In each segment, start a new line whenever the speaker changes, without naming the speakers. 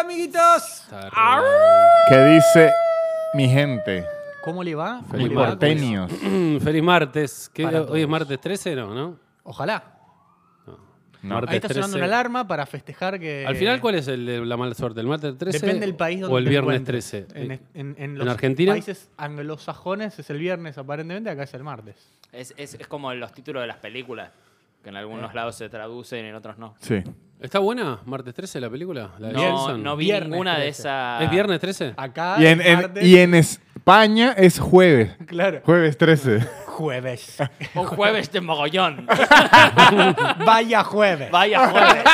amiguitos.
¿Qué dice mi gente?
¿Cómo le va? ¿Cómo
Mi
le va?
porteños.
Feliz martes. ¿Qué-
Para
hoy es
todos.
martes 13, ¿no? ¿No?
Ojalá.
No.
Martes
Ahí está sonando
13.
una alarma para festejar que.
Al final, ¿cuál es el de la mala suerte? ¿El martes 13?
Depende del país donde
¿O el
te
viernes
encuentres.
13?
En, este- es- en- en los
Argentina?
países anglosajones es el viernes, aparentemente, acá es el martes.
Es, es, es como los títulos de las películas, que en algunos lados se traducen y en otros no.
Sí.
¿Está buena martes 13 la película? ¿La de
No,
Nelson?
no vi
Viernes
ninguna de
13.
esas.
¿Es viernes 13?
Acá.
Y en,
es
en-
martes,
y en España es jueves.
Claro.
Jueves 13.
Jueves.
O jueves de mogollón.
Vaya jueves.
Vaya jueves.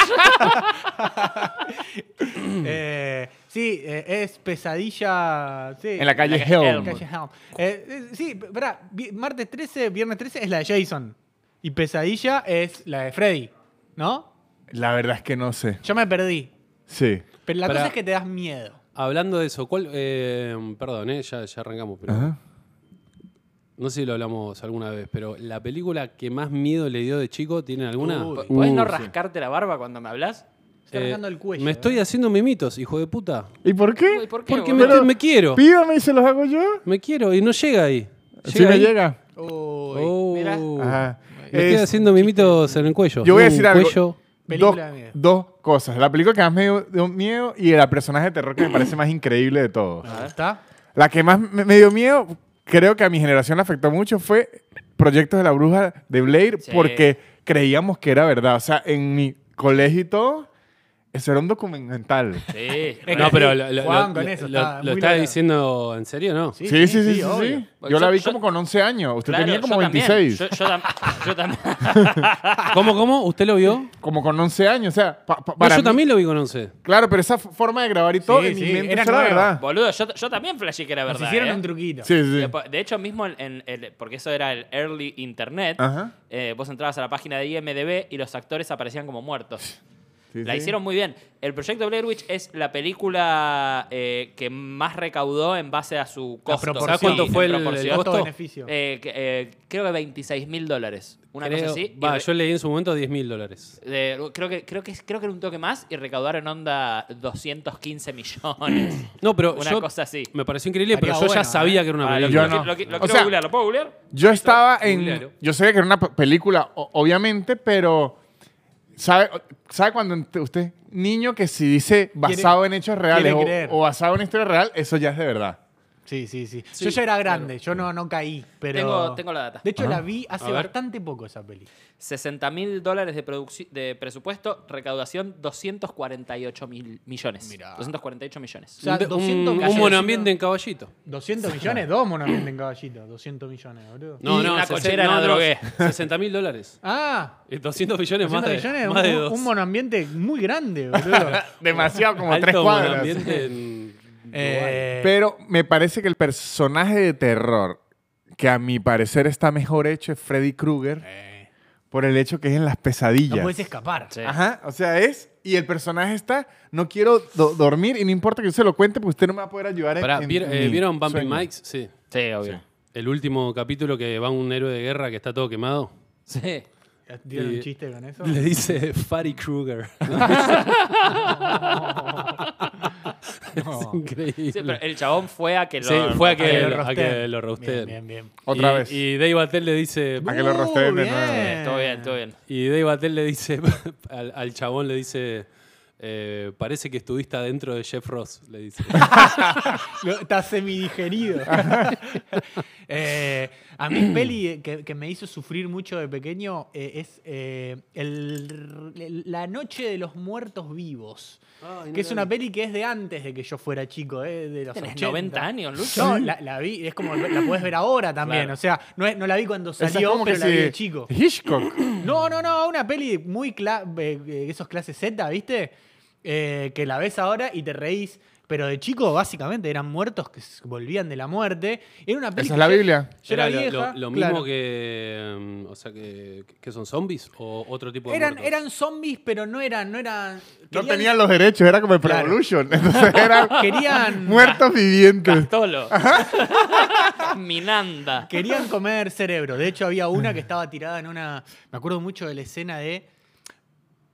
Eh, sí, eh, es pesadilla. sí.
En la calle
En la calle
Helm.
Helm.
Calle Helm. Eh, eh, sí, verá, vi- martes 13, viernes 13 es la de Jason. Y pesadilla es la de Freddy, ¿no?
La verdad es que no sé.
Yo me perdí.
Sí.
Pero la
Pará.
cosa es que te das miedo.
Hablando de eso, ¿cuál, eh, perdón, eh, ya, ya arrancamos, pero
Ajá.
no sé si lo hablamos alguna vez, pero la película que más miedo le dio de chico, ¿tienen alguna?
Uy. pues
¿Puedes no
Uh, sí.
rascarte la barba cuando me hablas?
Se está
Eh,
rasgando el cuello.
Me estoy
¿eh?
haciendo mimitos, hijo de puta.
¿Y por qué?
Uy, ¿Por qué?
Porque me,
boludo?
boludo?
me quiero,
Pídame y se los hago yo.
me quiero y no llega ahí.
Si me
ahí?
llega.
Uy,
Oh.
Mirá.
Ajá.
Me estoy
Es
haciendo mimitos en el cuello.
Yo voy a
Un
decir algo.
cuello-
dos,
Película de miedo.
dos cosas. La película que más me dio miedo y el personaje de terror que me parece más increíble de todos.
ahí ¿Está?
La que más me me dio miedo, creo que a mi generación le afectó mucho, fue Proyectos de la Bruja de Blair,
Sí.
porque creíamos que era verdad. O sea, en mi colegio y todo, eso era un documental.
Sí.
No, pero lo, lo-
Juan
lo-
con eso
lo-
está
lo
muy
está
larga.
diciendo en serio, ¿no?
Sí, sí, sí, sí. sí,
obvio.
Yo la vi
Yo-
como con 11 años. Usted
Claro,
tenía como
yo también.
26.
Yo, yo tam- yo también.
¿Cómo, cómo? ¿Usted lo vio?
Como con 11 años. O sea, pa- pa-
No,
para
yo
mí-
también lo vi con 11.
Claro, pero esa f- forma de grabar y todo,
Sí,
en mi
sí,
mente
era
eso era
nueva.
verdad.
Boludo, yo, yo también flashé que era
Nos
verdad.
hicieron
¿eh?
un truquito.
Sí, sí.
Tipo, De hecho, mismo, en- en el- porque eso era el early internet,
Ajá.
eh, vos entrabas a la página de IMDB y los actores aparecían como muertos.
Sí,
La
sí.
hicieron muy bien. El proyecto Blair Witch es la película eh, que más recaudó en base a su costo.
proporción. ¿Sabes
cuánto fue
en
el- el
proporción.
costo?
Costo-beneficio.
Eh, que- eh, creo que 26 mil dólares. Una
Creo-
cosa así. Y
Va,
re-
yo leí en su momento 10 mil dólares.
eh, creo, que, creo, que, creo que era un toque más y recaudaron onda 215 millones.
No, pero
Una
yo-
cosa así.
Me pareció increíble, pero
Estaría
yo ya
bueno,
sabía
¿eh?
que era una
Ah, lo,
película.
Yo no.
lo- lo- lo
O
quiero
sea,
googlear, ¿lo puedo googlear?
Yo estaba
googlealo.
en. Yo sabía que era una p- película, o- obviamente, pero. ¿Sabe, ¿Sabe cuando ent- usted, niño, que si dice basado en hechos reales
quiere
o-
creer.
o, basado en historia real, eso ya es de verdad?
Sí, sí, sí,
Sí,
Yo ya era grande, yo no, no caí, pero...
Tengo- tengo la data.
De hecho,
Ajá.
la vi hace
ver.
bastante poco esa peli.
60 mil dólares de, produci- de presupuesto, recaudación 248 mil millones.
Mirá.
248 millones.
O sea,
Un-
200
un, un
gallos.
monoambiente en caballito.
200 millones, dos monoambientes en caballito. 200 millones, boludo.
No,
Y
no,
una
sesen-
cochera
no,
la
no,
drogué.
60 mil dólares.
Ah,
Eh, 200 millones
200
más de,
millones,
más de
un,
dos.
un monoambiente muy grande, boludo.
Demasiado, como
Alto
tres cuadras.
monoambiente en-
Eh,
Pero me parece que el personaje de terror que a mi parecer está mejor hecho es Freddy Krueger por el hecho que es en las pesadillas.
Eh. no pues puedes escapar.
Sí.
Ajá, o sea, es. Y el personaje está, no quiero do- dormir y no importa que yo se lo cuente, porque usted no me va a poder ayudar. en-
Pará,
en
¿vier- eh,
mi
¿Vieron Bumpy
sueño.
Mikes? Sí.
Sí, obvio.
El último capítulo que va un héroe de guerra que está todo quemado.
Sí.
¿Dieron
Y-
un chiste con eso?
Le dice Freddy Krueger. es increíble.
Sí, pero eh, el chabón fue a que lo.
Sí, fue a
que
que,
lo
lo- a que
rosten.
lo rosten.
Bien, bien, bien.
Otra
Y-
vez.
Y Dave Attell le dice.
A que lo
Uh,
rosteen de
bien.
nuevo.
Eh, todo bien, todo bien.
Y Dave Attell le dice. Al, al chabón le dice. eh, parece que estuviste adentro de Jeff Ross, le dice.
Lo- Está semidigerido. Eh, a mí, peli que, que me hizo sufrir mucho de pequeño eh, es eh, el- el- La Noche de los Muertos Vivos. que es una peli que es de antes de que yo fuera chico, eh, de los
Tenés
80.
90 años, Lucho.
No, la, la vi, es como la puedes ver ahora también.
Claro.
O sea, no, es- no la vi cuando
Esa es
salió,
como
pero
que
la vi
si-
de chico.
Hitchcock.
No, no, no, una peli muy cla eh, eh, esos clases Z, ¿viste? Eh, que la ves ahora y te reís. Pero de chico, básicamente, eran muertos que s- volvían de la muerte. Era una peli. que
Esa es la
yo-
Biblia.
yo era
Era lo-
vieja,
lo, lo
claro.
mismo que. mm, o sea, que, que son zombies o otro tipo de.
Eran,
muertos?
eran zombies, pero no eran. No, eran,
No
querían-
tenían los derechos, era como el
Claro.
Pre-Evolution. Entonces eran
Querían.
muertos vivientes.
Tolo. Minanda.
Querían comer cerebro. De hecho, había una que estaba tirada en una. Me acuerdo mucho de la escena de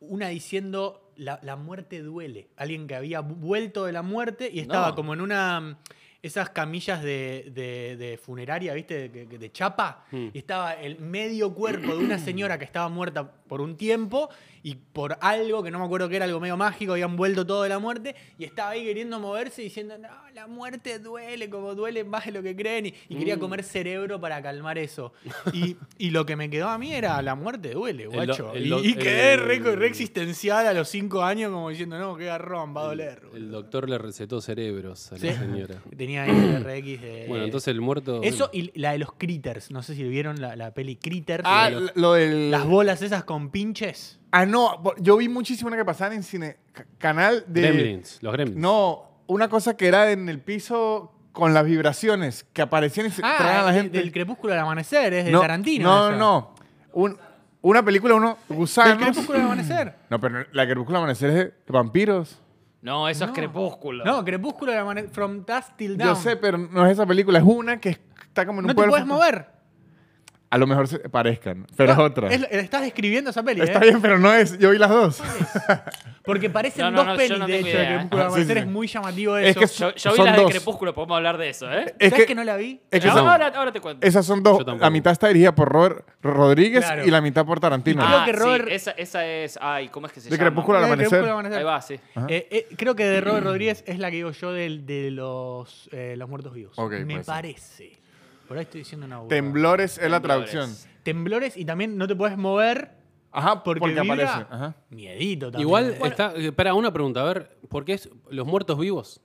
una diciendo la, la muerte duele. Alguien que había vu- vuelto de la muerte y estaba
No.
como en una. mm, Esas camillas de, de- de funeraria, ¿viste? De, de- de chapa.
Mm.
Y estaba el medio cuerpo de una señora que estaba muerta por un tiempo y por algo que no me acuerdo que era algo medio mágico, habían vuelto todo de la muerte y estaba ahí queriendo moverse diciendo, no, la muerte duele, como duele más de lo que creen. Y, y
Mm.
quería comer cerebro para calmar eso. Y, y lo que me quedó a mí era, la muerte duele,
El lo-
guacho.
el
Y-
lo-
y, quedé
el-
re, re existencial a los cinco años como diciendo, no, qué garrón, va a doler.
El
boludo".
doctor le recetó cerebros a la
Sí.
señora.
Tenía ahí el RX de...
Bueno, entonces el muerto.
Eso y la de los critters, no sé si vieron la, la peli critters.
Ah,
de los-
l- lo del.
las bolas esas con pinches.
Ah, no, bo- yo vi muchísimo una que pasaban en cine. ca- Canal de.
Gremlins, los Gremlins.
No, una cosa que era en el piso con las vibraciones que aparecían y se
Ah,
traían a la
Ah, de-
gente.
del crepúsculo al amanecer, es de
no,
Eh, Tarantino.
No,
esa.
no. Ah, Un- una película, uno.
Del
Gusanos.
crepúsculo al amanecer.
No, pero la Crepúsculo Amanecer es de vampiros.
No, eso
No.
es crepúsculo.
No, crepúsculo al amanecer. From dusk till dawn.
Yo sé, pero no es esa película. Es una que está como en un
no te
pueblo
puedes
fantasma.
mover.
A lo mejor se parezcan, pero es
No,
otra.
es- eh, estás describiendo esa peli,
Está
¿eh?
bien, pero no es. Yo vi las dos.
Porque parecen
No, no,
dos
no, yo
pelis,
no
de
tengo
hecho, de
idea, ¿eh?
crepúsculo al
Ah, Sí, sí,
amanecer.
sí.
Es muy llamativo
Es
eso.
que es-
Yo, yo vi
Son
las
dos.
de crepúsculo, podemos hablar de eso, ¿eh?
Es
¿Sabes
que,
que no la vi?
es que
No,
son-
ahora, ahora te cuento.
esas son dos.
Yo tampoco.
La mitad está dirigida por Robert Rodríguez
Claro.
y la mitad por Tarantino.
creo
Ah,
que
sí,
Robert-
esa, esa es. Ay, ¿cómo es que se
De
llama?
Crepúsculo al
La de
amanecer.
Crepúsculo al
Ahí va, sí.
Eh, eh, creo que de Robert Rodríguez es la que digo yo del- de, los, eh, los muertos vivos.
Ok, puede
Me
ser.
parece. Por ahí estoy diciendo una burrada.
Temblores es la
Temblores.
traducción.
Temblores y también no te puedes mover
Ajá,
porque,
porque,
vibra.
aparece. Ajá.
Miedito también.
Igual
Bueno,
está. Espera, una pregunta, a ver, ¿por qué es los muertos vivos?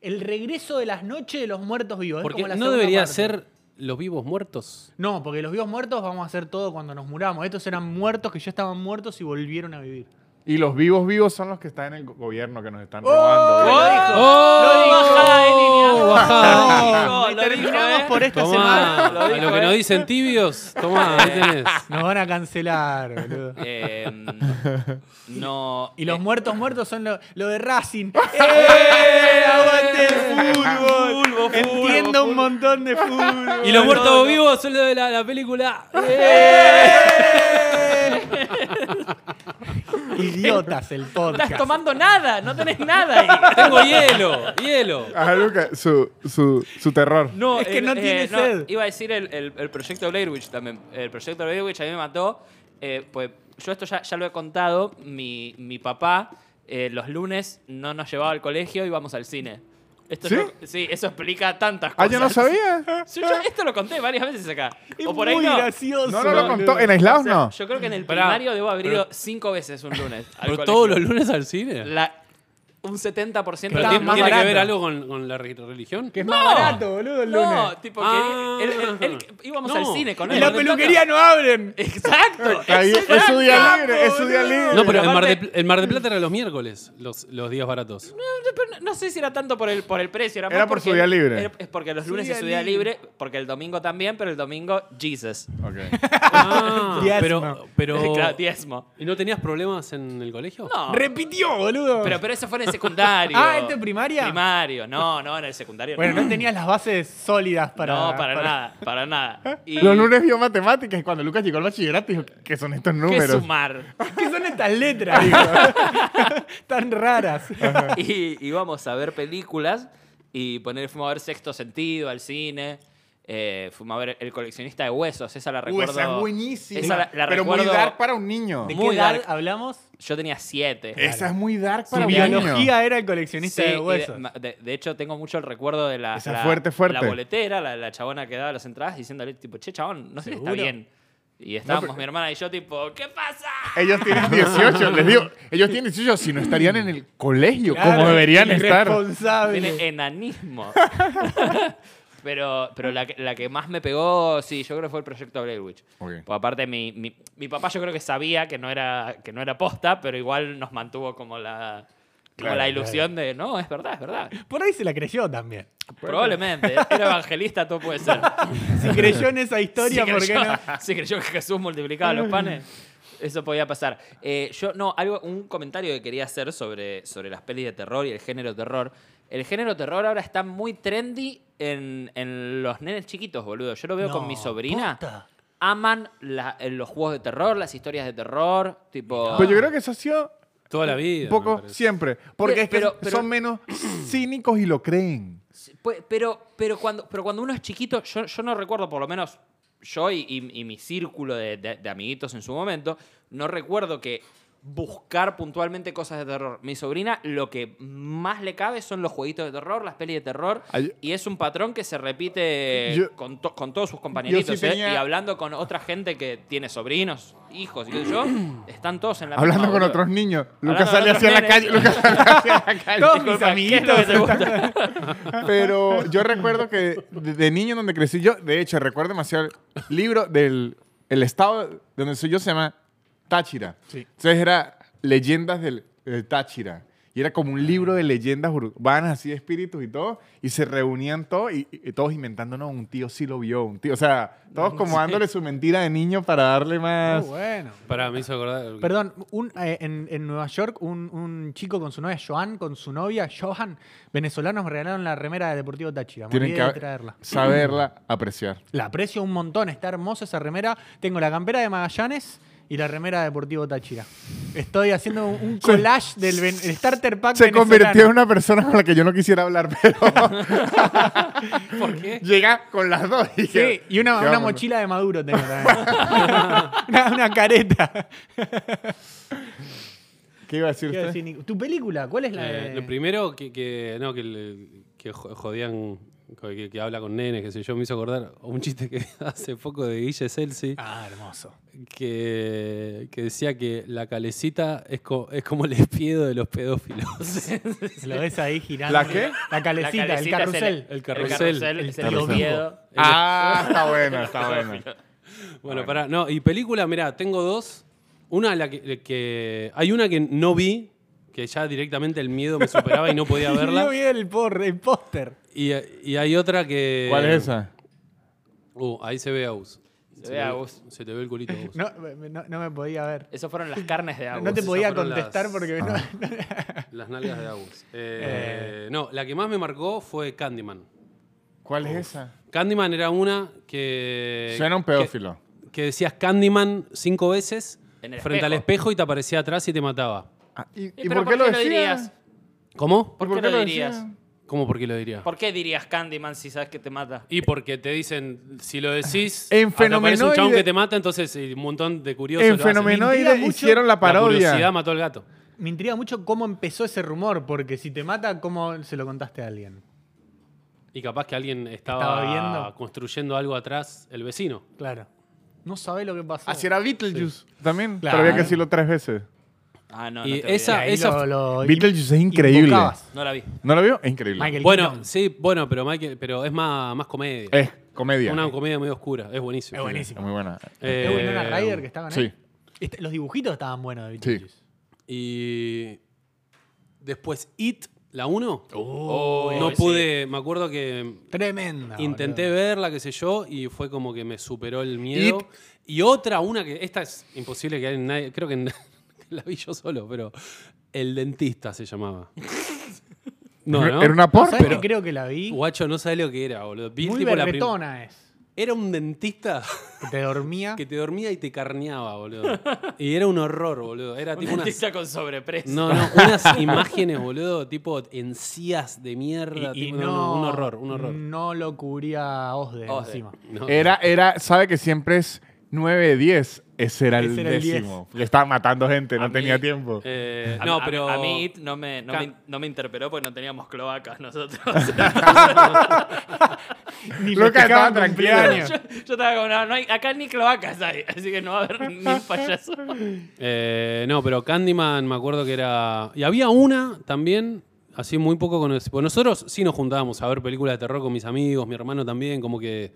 El regreso de las noches de los muertos vivos. es
Porque
como la
no
segunda
debería
parte.
ser los vivos muertos.
No, porque los vivos muertos vamos a hacer todo cuando nos muramos. Estos eran muertos que ya estaban muertos y volvieron a vivir.
Y los vivos vivos son los que están en el go- gobierno que nos están robando.
Lo
¿verdad?
dijo.
Oh.
Bajá de línea.
bajá.
Lo dijo, lo
Terminamos
dijo, ¿eh?
por esta
Tomá,
semana.
a
Lo dijo,
lo que
eh.
nos dicen tibios, toma, ahí tenés.
Nos van a cancelar, boludo.
Eh, no.
Y los
eh,
muertos muertos son lo, lo de Racing. ¡Eh! ¡Aguante el fútbol! Entiendo un montón de fútbol.
Y los muertos vivos son los de la, la película. eh,
¡Eh! Idiotas el
No estás
podcast.
tomando nada, no tenés nada ahí.
Tengo hielo, hielo.
Ajá, Luca, su, su, su terror.
No,
Es que no tiene sed.
Iba a decir el, el- el proyecto Blair Witch también. El proyecto Blair Witch a mí me mató. eh, pues yo esto ya, ya lo he contado. Mi, mi papá eh, los lunes no nos llevaba al colegio, íbamos al cine. Esto
¿Sí?
es lo- sí, eso explica tantas
Ah,
cosas.
yo no sabía.
Sí, yo esto lo conté varias veces acá.
Es
o por ahí
muy
no.
gracioso.
No, no lo contó. En
O sea,
aislados no.
Yo creo que en el
Pará,
primario debo haber ido cinco veces un lunes. al
Pero
colegio.
todos los lunes al cine.
La- un 70%
Está
¿Pero
de
tiene,
más
tiene que
barato.
ver algo con, con la re- religión?
Que es más barato, boludo, el lunes.
No, tipo que
Ah.
él- él- él- él- íbamos
No.
al cine con
no.
y
él.
la
Mar del Plata.
peluquería no abren.
Exacto.
Está bien, Es su día
capo,
libre, es su día
boludo.
libre.
No, pero en Mar, de,
aparte-
Pl- en Mar del Plata era los miércoles, los, los días baratos.
Pero no- no sé si era tanto por el, por el precio. Era, más
Era por su
porque-
día libre.
era- es porque los
Su
lunes
día
es su día
libre.
libre, porque el domingo también, pero el domingo Jesus.
Ok.
Ah,
Diezmo.
pero, pero
Claro, diezmo.
¿y no tenías problemas en el colegio?
No.
Repitió, boludo.
Pero, pero eso fue en el secundario.
Ah, ¿esto en primaria?
Primario. No, no, en el secundario.
bueno,
no,
no tenías las bases sólidas para.
No, para, nada, para nada. Y-
Los lunes vio matemáticas y cuando Lucas llegó al bachillerato dijo, ¿qué son estos
¿Qué
números?
sumar?
¿Qué son estas letras? digo? Tan raras.
y íbamos a ver películas y poner, fuimos a ver Sexto Sentido al cine. eh, fuimos a ver El coleccionista de huesos, esa la
Uh,
Uy,
recuerdo.
Uh, esa es buenísima.
esa la- la
pero muy
recuerdo-
dark para un niño.
¿De
Muy
qué edad
dark.
hablamos?
Yo tenía siete.
Esa es muy dark para
Su
un niño.
biología era el
Sí,
coleccionista
y
de
de,
huesos.
ma- de- de hecho, tengo mucho el recuerdo de la,
Esa
la-
fuerte, fuerte.
la boletera, la, la chabona que daba las entradas, diciéndole, tipo, che, chabón, no sé si está
¿Seguro?
bien. Y estábamos mi hermana y yo, tipo, ¿qué pasa?
Ellos tienen 18, les digo. Ellos tienen 18, si no estarían en el colegio como
Claro,
deberían estar.
irresponsable.
Tiene eh, enanismo. pero pero la, que- la que más me pegó, sí, yo creo que fue el proyecto Blair Witch.
Ok.
Pues aparte, mi, mi, mi papá yo creo que sabía que no era, que no era posta, pero igual nos mantuvo como la, como
Claro,
la ilusión de, no, es verdad, es verdad.
Por ahí se la creyó también.
Probablemente, era evangelista, todo puede ser.
Si creyó en esa historia, ¿por qué
creyó,
no?
sí creyó que Jesús multiplicaba los panes. Eso podía pasar. Eh, yo, no, algo, un comentario que quería hacer sobre, sobre las pelis de terror y el género terror. El género terror ahora está muy trendy en, en los nenes chiquitos, boludo. Yo lo veo con
No,
mi sobrina.
posta.
Aman la- eh, los juegos de terror, las historias de terror. Tipo.
Pues yo creo que eso ha sido
Toda la vida.
Un
me
poco,
parece.
siempre. Porque
Pe-
es que
pero- pero-
son menos cínicos y lo creen.
Sí, pu- Pero, pero, cuando, pero cuando uno es chiquito, yo, yo no recuerdo, por lo menos yo y, y- y mi círculo de, de- de amiguitos en su momento, no recuerdo que buscar puntualmente cosas de terror. Mi sobrina lo que más le cabe son los jueguitos de terror, las pelis de terror,
Ay-
y es un patrón que se repite
Yo-
con, to- con todos sus compañeritos. ¿eh?
tenía-
Y hablando con otra gente que tiene sobrinos, hijos, y qué sé yo, están todos en la
Hablando
misma,
con
boludo.
otros niños.
Hablando
Lucas
con
sale
otros
hacia la
nenes.
calle. Lucas sale hacia la calle.
Todos mis
Disculpa, ¿qué es lo
amiguitos.
que te gusta?
Pero yo recuerdo que de, de niño donde crecí yo, de hecho, recuerdo demasiado el libro del el estado de donde soy yo se llama Táchira.
Sí.
Entonces era leyendas del, del Táchira. Y era como un libro de leyendas urbanas, así de espíritus y todo. Y se reunían todos y, y todos inventando, no, un tío sí lo vio, un tío. O sea, todos como dándole su mentira de niño para darle más.
Muy bueno.
Pará, me hizo acordar.
Perdón, un, eh, en, en Nueva York un, un chico con su novia, Joan, con su novia, Johan, venezolanos me regalaron la remera de Deportivo Táchira. Me
Tienen
olvidé
que
de
hab-
traerla.
saberla apreciar.
La aprecio un montón, está hermosa esa remera. Tengo la campera de Magallanes y la remera de Deportivo Táchira. Estoy haciendo un- un collage del ven- el starter pack
Se convirtió en
venezolano.
una persona con la que yo no quisiera hablar, pero
¿Por qué?
llega con las dos. Y
Sí, y una, una mochila de Maduro tengo también. una, una careta.
¿Qué iba a decir
¿Qué iba a
usted?
decir, Nico? ¿Tu película? ¿Cuál es la
Eh,
de-
lo primero que, que- no, que, le- que jo- jodían, que, que habla con nenes, que sé yo, me hizo acordar un chiste que hace poco de Guille Celsi,
Ah, hermoso.
que, que decía que la calecita es, co- es como el espiedo de los pedófilos.
Lo ves ahí girando.
¿La qué?
La calecita, el
calecita es
carrusel.
el carrusel.
El
El
es el
carrusel.
miedo.
Ah, está bueno, está bueno. Eh,
Bueno, pará. No, y película, mirá, tengo dos. Una la que, la que- Hay una que no vi, que ya directamente el miedo me superaba y no podía
Yo vi
verla.
el, por, el póster.
Y, y hay otra que.
¿Cuál es esa?
Uh, ahí se ve a Gus.
Se ve a Agus.
Se te ve el culito, Agus.
No, me- no, no me podía ver.
Esas fueron las carnes de agua.
No te
esas
podía
fueron
contestar
las-
porque no-
Las nalgas de Agus. Eh, No, la que más me marcó fue Candyman.
¿Cuál es esa?
Candyman era una
Eh,
que.
Suena un pedófilo.
Que, que decías Candyman cinco veces
En el
frente al
espejo.
espejo y te aparecía atrás y te mataba.
Ah, ¿Y, y
pero ¿por qué lo dirías?
¿Cómo?
¿Por
¿Y
qué lo
decía?
dirías?
¿Cómo por qué lo diría?
¿Por qué dirías Candyman si sabes que te mata?
Y porque te dicen, si lo decís,
En
acá aparece un chabón
Fenomenoide-
que te mata, entonces y un montón de curiosos lo
En
hacen.
Mentira
Fenomenoide
mucho.
hicieron la
La curiosidad
parodia.
mató al gato.
Me intriga mucho cómo empezó ese rumor, porque si te mata, ¿cómo se lo contaste a alguien?
Y capaz que alguien estaba,
Estaba viendo.
construyendo algo atrás, el vecino.
Claro. No sabés lo que pasó.
Así era Beetlejuice también.
Claro.
Pero había que decirlo tres veces.
Ah, no,
Y
no te
esa-
olvides.
Ahí lo- lo-
Beetlejuice es increíble.
invocabas.
No la vi.
¿No lo vio? Es increíble.
Michael
bueno,
Keaton.
sí, bueno, pero Michael, pero es más, más comedia.
Es comedia.
Una comedia medio oscura, es buenísimo.
Es buenísimo.
Es muy buena.
Eh,
¿Es Winona Ryder que estaban ahí?
Sí.
Este- los dibujitos estaban buenos de Beetlejuice.
Y después It, la 1.
Oh,
no
sí.
pude, me acuerdo que
Tremenda.
Intenté
boludo.
verla, qué sé yo, y fue como que me superó el miedo.
It.
Y otra, una que. Esta es imposible que nadie. Creo que na- la vi yo solo, pero. El dentista se llamaba. No, ¿no?
Era una porra.
¿Sabes
pero-
que creo que la vi?
Guacho, no sabe lo que era, boludo. Vi
Muy
tipo la prim-
berretona es.
Era un dentista
Que te dormía.
que te dormía y te carneaba, boludo. Y era un horror, boludo. Era
Un
tipo unas.
dentista con sobreprecio.
No, no, unas imágenes, boludo, tipo encías de
y-
mierda.
y
tipo, no, no,
no,
un horror, un horror.
Mm.
No lo cubría Osde,
Osde.
encima.
No.
Eh,
Era, era, sabe que siempre es 9 de 10. Ese era el
Ese era el
décimo. Le estaba matando gente, no
A mí,
tenía tiempo.
Eh,
A-
no,
a-
pero.
A, mí It no me, no, me,
Can-
no me interpeló porque no teníamos cloacas nosotros.
Ni
Lucas
festejaban
estaba tranquilo.
cumpleaños.
yo, yo estaba como, no, no hay, acá ni cloacas hay, así que no va a haber ni payaso.
Eh, no, pero Candyman me acuerdo que era. Y había una también, así muy poco conocida. Porque nosotros sí nos juntábamos a ver películas de terror con mis amigos, mi hermano también, como que.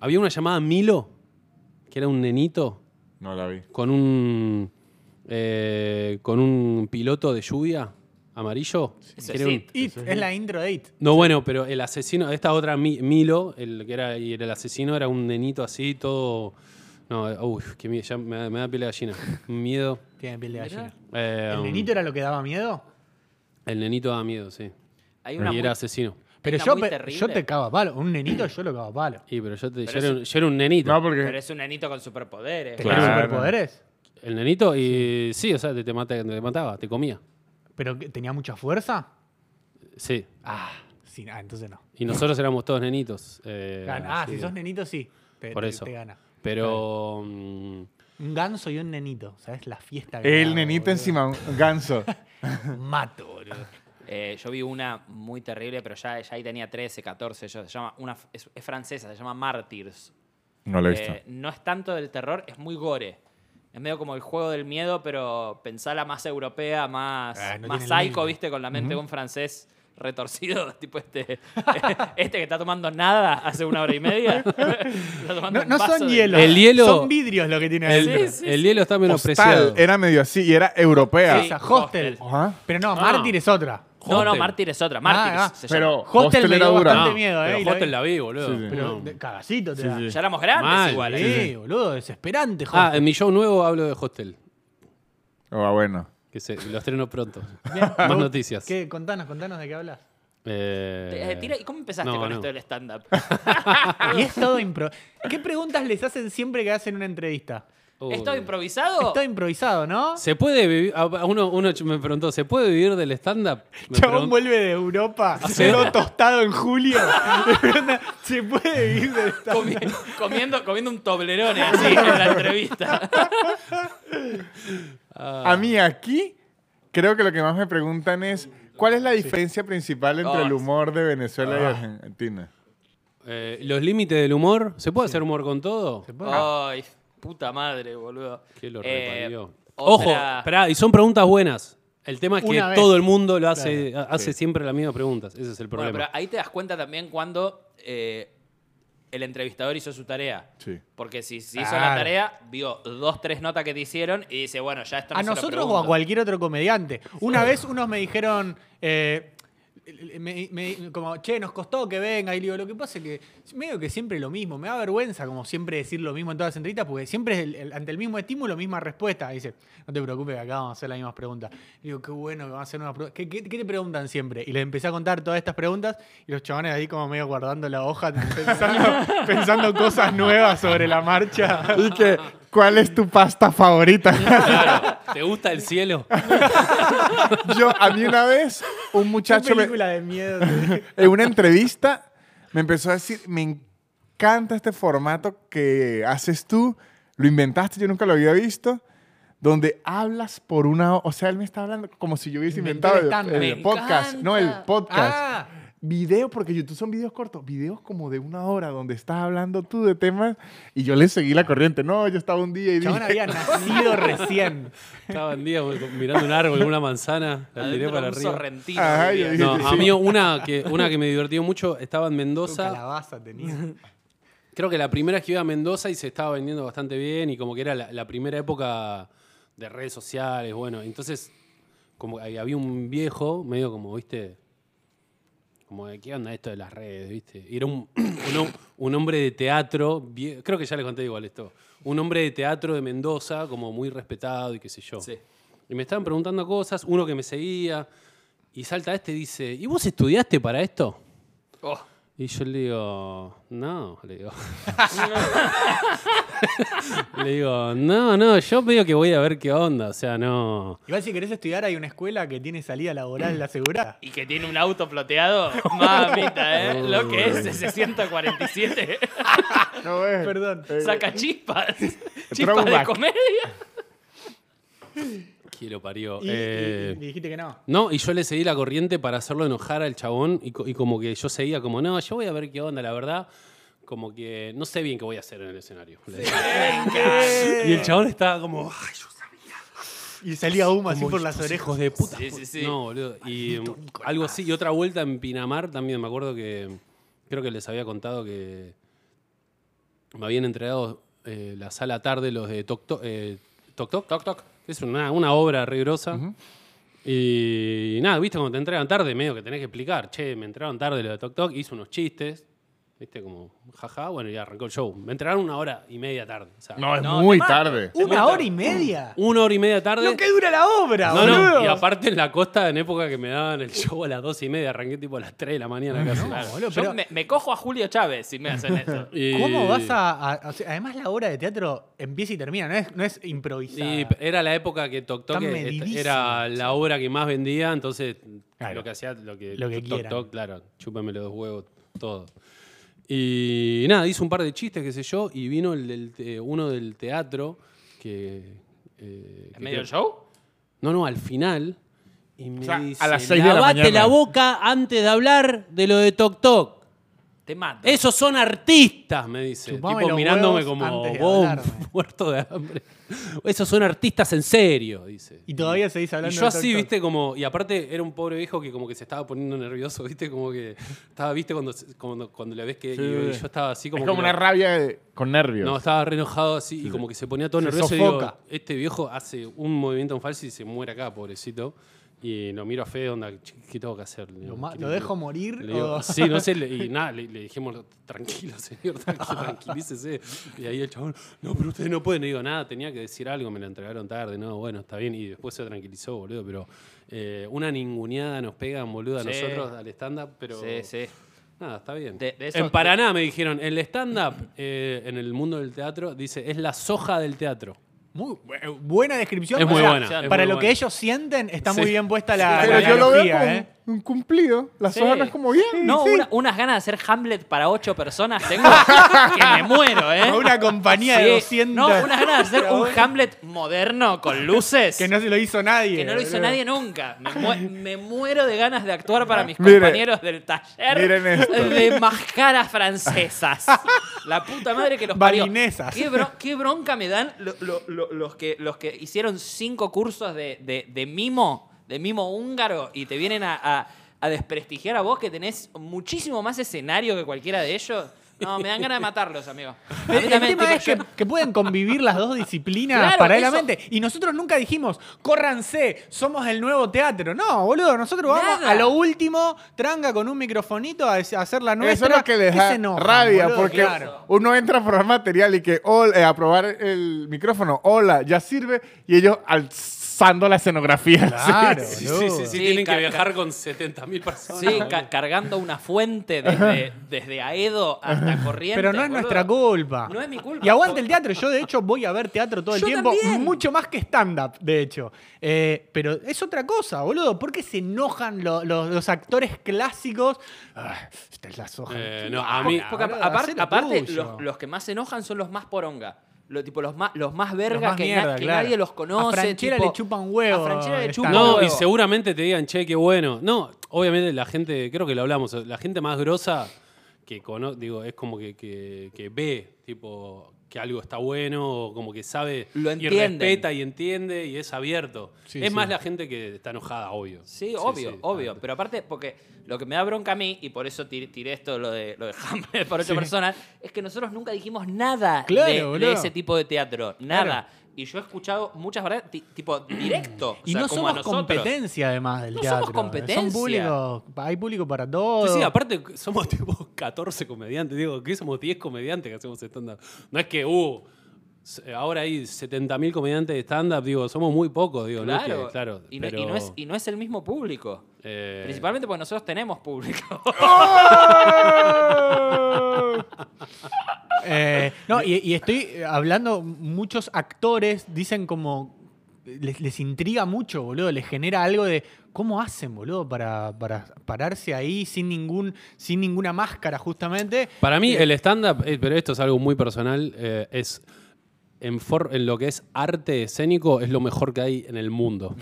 Había una llamada Milo, que era un nenito,
No la vi.
con un. eh, con un piloto de lluvia amarillo.
Eso
que
es
era un-
It.
It, es la intro de It.
no, bueno, pero el asesino, esta otra Mi- Milo, el que era y era el asesino era un nenito así, todo. No, uy, que mie- ya me, da- me da piel de gallina. Miedo.
Tiene piel de gallina.
Eh,
¿El nenito era lo que daba miedo?
El nenito da miedo, sí.
Hay
Y
una muy-
era asesino.
Pero
Era
yo,
muy
pe-
terrible.
yo te cago a palo. Un nenito yo lo cago a palo.
Y pero yo, te- yo
Pero
era,
eso-
un, yo era un nenito.
No, porque.
Pero es un nenito con superpoderes.
¿Tener
Claro.
superpoderes?
El nenito, y sí, o sea, te, te mata- te mataba, te comía.
¿Pero que- tenía mucha fuerza?
Sí.
Ah, sí, ah, entonces no.
Y nosotros éramos todos nenitos. eh,
Gana. Ah,
así
si
que-
sos nenito, sí. Te,
Por
te-
eso.
te gana.
Pero. mm,
Un ganso y un nenito, ¿sabes? La fiesta. que
El
hago,
nenito
boludo.
encima, un ganso.
Mato, boludo.
Eh, yo vi una muy terrible, pero ya, ya ahí tenía 13, 14. yo- se llama una, es, es francesa, se llama Martyrs.
No lo he visto.
Eh, no es tanto del terror, es muy gore. Es medio como el juego del miedo, pero pensala más europea, más,
Ah, no
más
tiene el
psycho,
mismo.
viste, con la mente de un francés retorcido, tipo este, este que está tomando nada hace una hora y media. Está tomando
No,
un
no
vaso
son
de-
hielos.
El hielo-
Son vidrios lo que tiene
el,
adentro.
sí,
el
sí.
hielo está menospreciado.
Hostal, era medio así y era europea.
Sí.
Esa, hostel.
Ajá.
Pero no, Mártir es otra.
No, no,
Hostel.
Mártir es otra. Mártir
Ah, ah,
se
pero-
llama.
Hostel,
Hostel
me
era
dio
dura.
bastante
No,
miedo,
pero
¿eh? y
Hostel la vi, boludo.
Sí, sí.
Pero
No.
de- cagacito te da.
sí.
Ya éramos grandes
Mal,
igual.
Sí,
¿eh?
boludo, desesperante.
Ah,
Hostel.
en mi show nuevo hablo de Hostel.
Ah, bueno.
Que se, lo estreno pronto.
Bien.
Más noticias.
¿Qué? Contanos, contanos de qué hablas.
Eh,
Eh, tira- ¿y ¿Cómo empezaste
no,
con
no.
esto del stand-up?
Y es todo impro. ¿Qué preguntas les hacen siempre que hacen una entrevista?
Uy.
¿Es todo improvisado?
Es todo improvisado, ¿no?
¿Se puede vivir? a- a Uno, uno me preguntó, ¿se puede vivir del stand-up? Me
Chabón
preguntó-
vuelve de Europa, quedó tostado en julio. Se puede vivir de esta.
Comi- comiendo, comiendo un toblerone así en la entrevista. Ah.
A mí aquí creo que lo que más me preguntan es ¿cuál es la diferencia principal entre
Oh,
el
sí.
humor de Venezuela
ah.
y Argentina?
Eh, los límites del humor. ¿Se puede hacer humor con todo?
¿Se puede?
Ay, puta madre, boludo.
Que lo
Eh,
reparió. Ojo,
otra-
esperá, y son preguntas buenas. El tema es que
Una vez.
todo el mundo lo hace, hace siempre las mismas preguntas. Ese es el
Bueno,
problema.
pero ahí te das cuenta también cuando eh, el entrevistador hizo su tarea.
Sí.
Porque si, si hizo la
Claro.
tarea, vio dos, tres notas que te hicieron y dice, bueno, ya esto no
¿A
se lo
nosotros o
pregunto.
a cualquier otro comediante? Una vez unos me dijeron. eh, me- me- como, che, nos costó que venga. Y le digo, lo que pasa es que medio que siempre lo mismo. Me da vergüenza como siempre decir lo mismo en todas las entrevistas porque siempre es el- el- ante el mismo estímulo, misma respuesta. Dice, no te preocupes que acá vamos a hacer las mismas preguntas. Y digo, qué bueno que van a hacer unas preguntas. ¿Qué, qué, qué te preguntan siempre? Y les empecé a contar todas estas preguntas y los chavales ahí como medio guardando la hoja, pensando, pensando cosas nuevas sobre la marcha.
Y que ¿cuál es tu pasta favorita?
Claro, ¿te gusta el cielo?
Yo a mí una vez un
Qué
muchacho me-
película de miedo.
en una entrevista me empezó a decir, me encanta este formato que haces tú, lo inventaste, yo nunca lo había visto, donde hablas por una... O sea, él me está hablando como si yo hubiese
Inventé
inventado
el
el,
estándar.
el
Me
podcast, no el
encanta.
podcast.
Ah.
Video, porque YouTube son videos cortos, videos como de una hora donde estás hablando tú de temas y yo le seguí la corriente. No, yo estaba un día y
Chabón
dije,
había nacido recién.
Estaban días pues, mirando un árbol, una manzana, la tiré
Adentro
para
un
arriba.
sorrentino,
Ajá,
diría.
yo dije,
No, a
Sí.
mí una que, una que me divirtió mucho estaba en
Con
Mendoza.
Calabaza tenía.
Creo que la primera es que iba a Mendoza y se estaba vendiendo bastante bien y como que era la, la primera época de redes sociales, bueno, entonces como que había un viejo medio como, viste, como de qué onda esto de las redes, viste. Y era un, un hom- un hombre de teatro, vie- creo que ya les conté igual esto, un hombre de teatro de Mendoza como muy respetado y qué sé yo.
Sí.
Y me estaban preguntando cosas, uno que me seguía y salta este y dice, ¿y vos estudiaste para esto?
Oh,
Y yo le digo, no, le digo. le digo, no, no, yo veo que voy a ver qué onda, o sea, no.
Igual si querés estudiar hay una escuela que tiene salida laboral la asegurada.
y que tiene un auto floteado. Mamita, ¿eh? Lo que es ese 147.
no, eh,
Perdón.
eh,
Saca chispas. Chispas de
Throwback.
comedia.
Quiero parió.
Y, y-
Eh,
y dijiste que no.
No, y yo le seguí la corriente para hacerlo enojar al chabón y, co- y como que yo seguía como, no, yo voy a ver qué onda, la verdad. Como que no sé bien qué voy a hacer en el escenario. Le digo. y el chabón estaba como, "Ay, yo
Y salía humo así por las orejas.
Hijos de puta.
Sí, sí, sí.
No, boludo. Y um, algo así. Y otra vuelta en Pinamar también. Me acuerdo que. Creo que les había contado que. Me habían entregado eh, la sala tarde los de Toc Toc. eh, Toc Toc. Toc Toc. Es una, una obra re grosa. Y nada, viste, cuando te entregan tarde, medio que tenés que explicar. Che, me entregaron tarde los de Toc Toc. Hice unos chistes. ¿Viste? Como, jaja, bueno, ya arrancó el show. Me entregaron una hora y media tarde. o sea,
No, es
No,
muy
te mato.
tarde.
Te
¿Una
muestro.
hora y media?
Una hora y media tarde.
¿Lo que dura la obra,
eh, No,
boludo?
no, y aparte en la costa, en época que me daban el show a las dos y media, arranqué tipo a las 3 de la mañana casi.
No, boludo,
Yo
pero
me, me cojo a Julio Chávez si me hacen eso.
Y-
¿Cómo vas a...? a- o sea, además la obra de teatro empieza y termina, no es, no es improvisada.
Y era la época que Tok Tok
Tan
est-
medidísimo,
era la obra que más vendía, entonces
Claro.
lo que hacía, lo que,
Lo que
Tok
quieran.
Tok, claro, chúpame los dos huevos, todo. Y nada, hizo un par de chistes, qué sé yo, y vino el del te- uno del teatro que... eh, que
¿En medio del
creo-
show?
No, no, al final. Y me
O sea, a
dice,
las seis de la
"Lavate
mañana".
la boca antes de hablar de lo de Tok Tok.
Te mato.
Esos son artistas, me dice.
Chupame
tipo
los
mirándome
huevos
como
antes de
vos,
hablarme".
muerto de hambre. Esos son artistas en serio, dice.
Y todavía seguís
Y
hablando
yo
de
así,
TikTok.
viste, como. Y aparte era un pobre viejo que como que se estaba poniendo nervioso, viste, como que. Estaba, viste, cuando, se- cuando, cuando le ves que.
Sí.
y yo- y yo estaba así como.
es como
que
una
lo-
rabia de- con nervios.
No, estaba re enojado así y como que se ponía todo
Se
nervioso. y digo,
sofoca.
este viejo hace un movimiento en falso y se muere acá, pobrecito. Y lo miro a Fede, onda, "Che, ¿qué tengo que hacer? Le digo,
¿Lo, ma-
"¿Qué
lo
le-
dejo morir?
le digo,
o-
sí, no sé, le- y nada, le, le dijimos, tranquilo, señor, tranquilo, tranquilícese. Y ahí el chabón, no, pero ustedes no pueden. Le digo, nada, tenía que decir algo, me lo entregaron tarde, no, bueno, está bien. Y después se tranquilizó, boludo, pero eh, una ninguneada nos pegan, boludo, a
Sí.
nosotros al stand-up, pero.
Sí, sí.
Nada, está bien.
De- de eso-
en Paraná me dijeron, el stand-up eh, en el mundo del teatro, dice, es la soja del teatro.
Muy bu- buena descripción.
Es
o
muy
sea,
buena. es
para
muy
Para lo que
buena.
ellos sienten, está
Sí.
muy bien puesta la,
Pero
la
yo lo veo
analogía,
como
¿eh?
un, un cumplido. La
Sí.
soja no es como bien.
No,
sí.
una- unas ganas de hacer Hamlet para ocho personas tengo que me muero, ¿eh?
Con una compañía
Sí.
de 200
No, unas ganas de hacer un Hamlet moderno con luces
que no se lo hizo nadie.
que no lo hizo
boludo. Ah,
nadie nunca. Me, mu- me muero de ganas de actuar para mis
Mire,
compañeros del taller
miren esto.
de mascaras francesas. La puta madre que los parió.
Balinesas.
Qué, bro- qué bronca me dan lo- lo- lo- los, que, los que hicieron cinco cursos de, de- de mimo, de mimo húngaro, y te vienen a, a- a desprestigiar a vos que tenés muchísimo más escenario que cualquiera de ellos. No, me dan ganas de matarlos, amigo. A mí
El, el
también,
tema
tipo,
es que,
yo-
que pueden convivir las dos disciplinas
Claro,
paralelamente. Y nosotros nunca dijimos, córranse, somos el nuevo teatro. No, boludo, nosotros vamos
Nada.
a lo último, tranga con un microfonito a, a hacer la nuestra.
Eso es lo que les
¿Qué
da
se enojan,
rabia,
boludo?
porque
Claro.
uno entra a probar material y que "Hola", eh, a probar el micrófono, hola, ya sirve, y ellos alzando la escenografía. así.
Claro,
Sí, sí,
boludo.
sí, sí,
Sí,
tienen
ca-
que viajar con 70.000 personas.
Sí,
boludo.
ca- cargando una fuente desde, desde Aedo hasta Corrientes.
Pero no es
boludo.
nuestra culpa.
No es mi culpa.
Y aguante el teatro. Yo, de hecho, voy a ver teatro todo el
Yo
tiempo.
también.
Mucho más que stand-up, de hecho. Eh, pero es otra cosa, boludo. ¿Por qué se enojan lo- lo- los actores clásicos? Ah, esta es la soja.
Eh, no, a mí.
Porque
boludo,
apa- apar-
hacé lo
aparte,
tuyo.
los, los que más se enojan son los más poronga. Lo, tipo, los, más, los más verga
Los más
que, na-
mierda,
que
claro.
nadie los conoce.
A Franchella
tipo-
le chupa un huevo
A Franchella le
el
chupa
stand-up.
un
No,
huevo.
y seguramente te digan, che, qué bueno. No, obviamente la gente, creo que lo hablamos, la gente más grosa que cono- digo, es como que, que- que ve, tipo, que algo está bueno, o como que sabe
Lo
y
entienden.
respeta y entiende y es abierto.
Sí,
es
sí.
más la gente que está enojada, obvio.
Sí, obvio,
sí,
obvio. Pero aparte, porque lo que me da bronca a mí, y por eso tir- tiré esto lo de, lo de Hamlet para ocho personas, es que nosotros nunca dijimos nada
Claro,
de- de,
boludo.
ese tipo de teatro. Nada. Y yo he escuchado muchas verdades, ti- tipo, directo. o
Y
sea,
no
como a
somos
nosotros.
competencia, además, del
No somos
teatro.
competencia.
Son públicos, hay público para
Sí,
todo.
sí, aparte somos tipo 14 comediantes, digo, que somos 10 comediantes que hacemos stand-up. No es que, uh, s- ahora hay 70.000 comediantes de stand-up, digo, somos muy pocos, digo,
Claro,
no es que, claro.
y, no, y
pero,
no es, y no es el mismo público.
eh,
Principalmente porque nosotros tenemos público.
Eh, no, y, y estoy eh, hablando, muchos actores dicen como. Les, les intriga mucho, boludo. Les genera algo de. ¿Cómo hacen, boludo, para, para pararse ahí sin, ningún, sin ninguna máscara, justamente?
Para mí, el stand-up, eh, pero esto es algo muy personal, eh, es. En, for- en lo que es arte escénico, es lo mejor que hay en el mundo.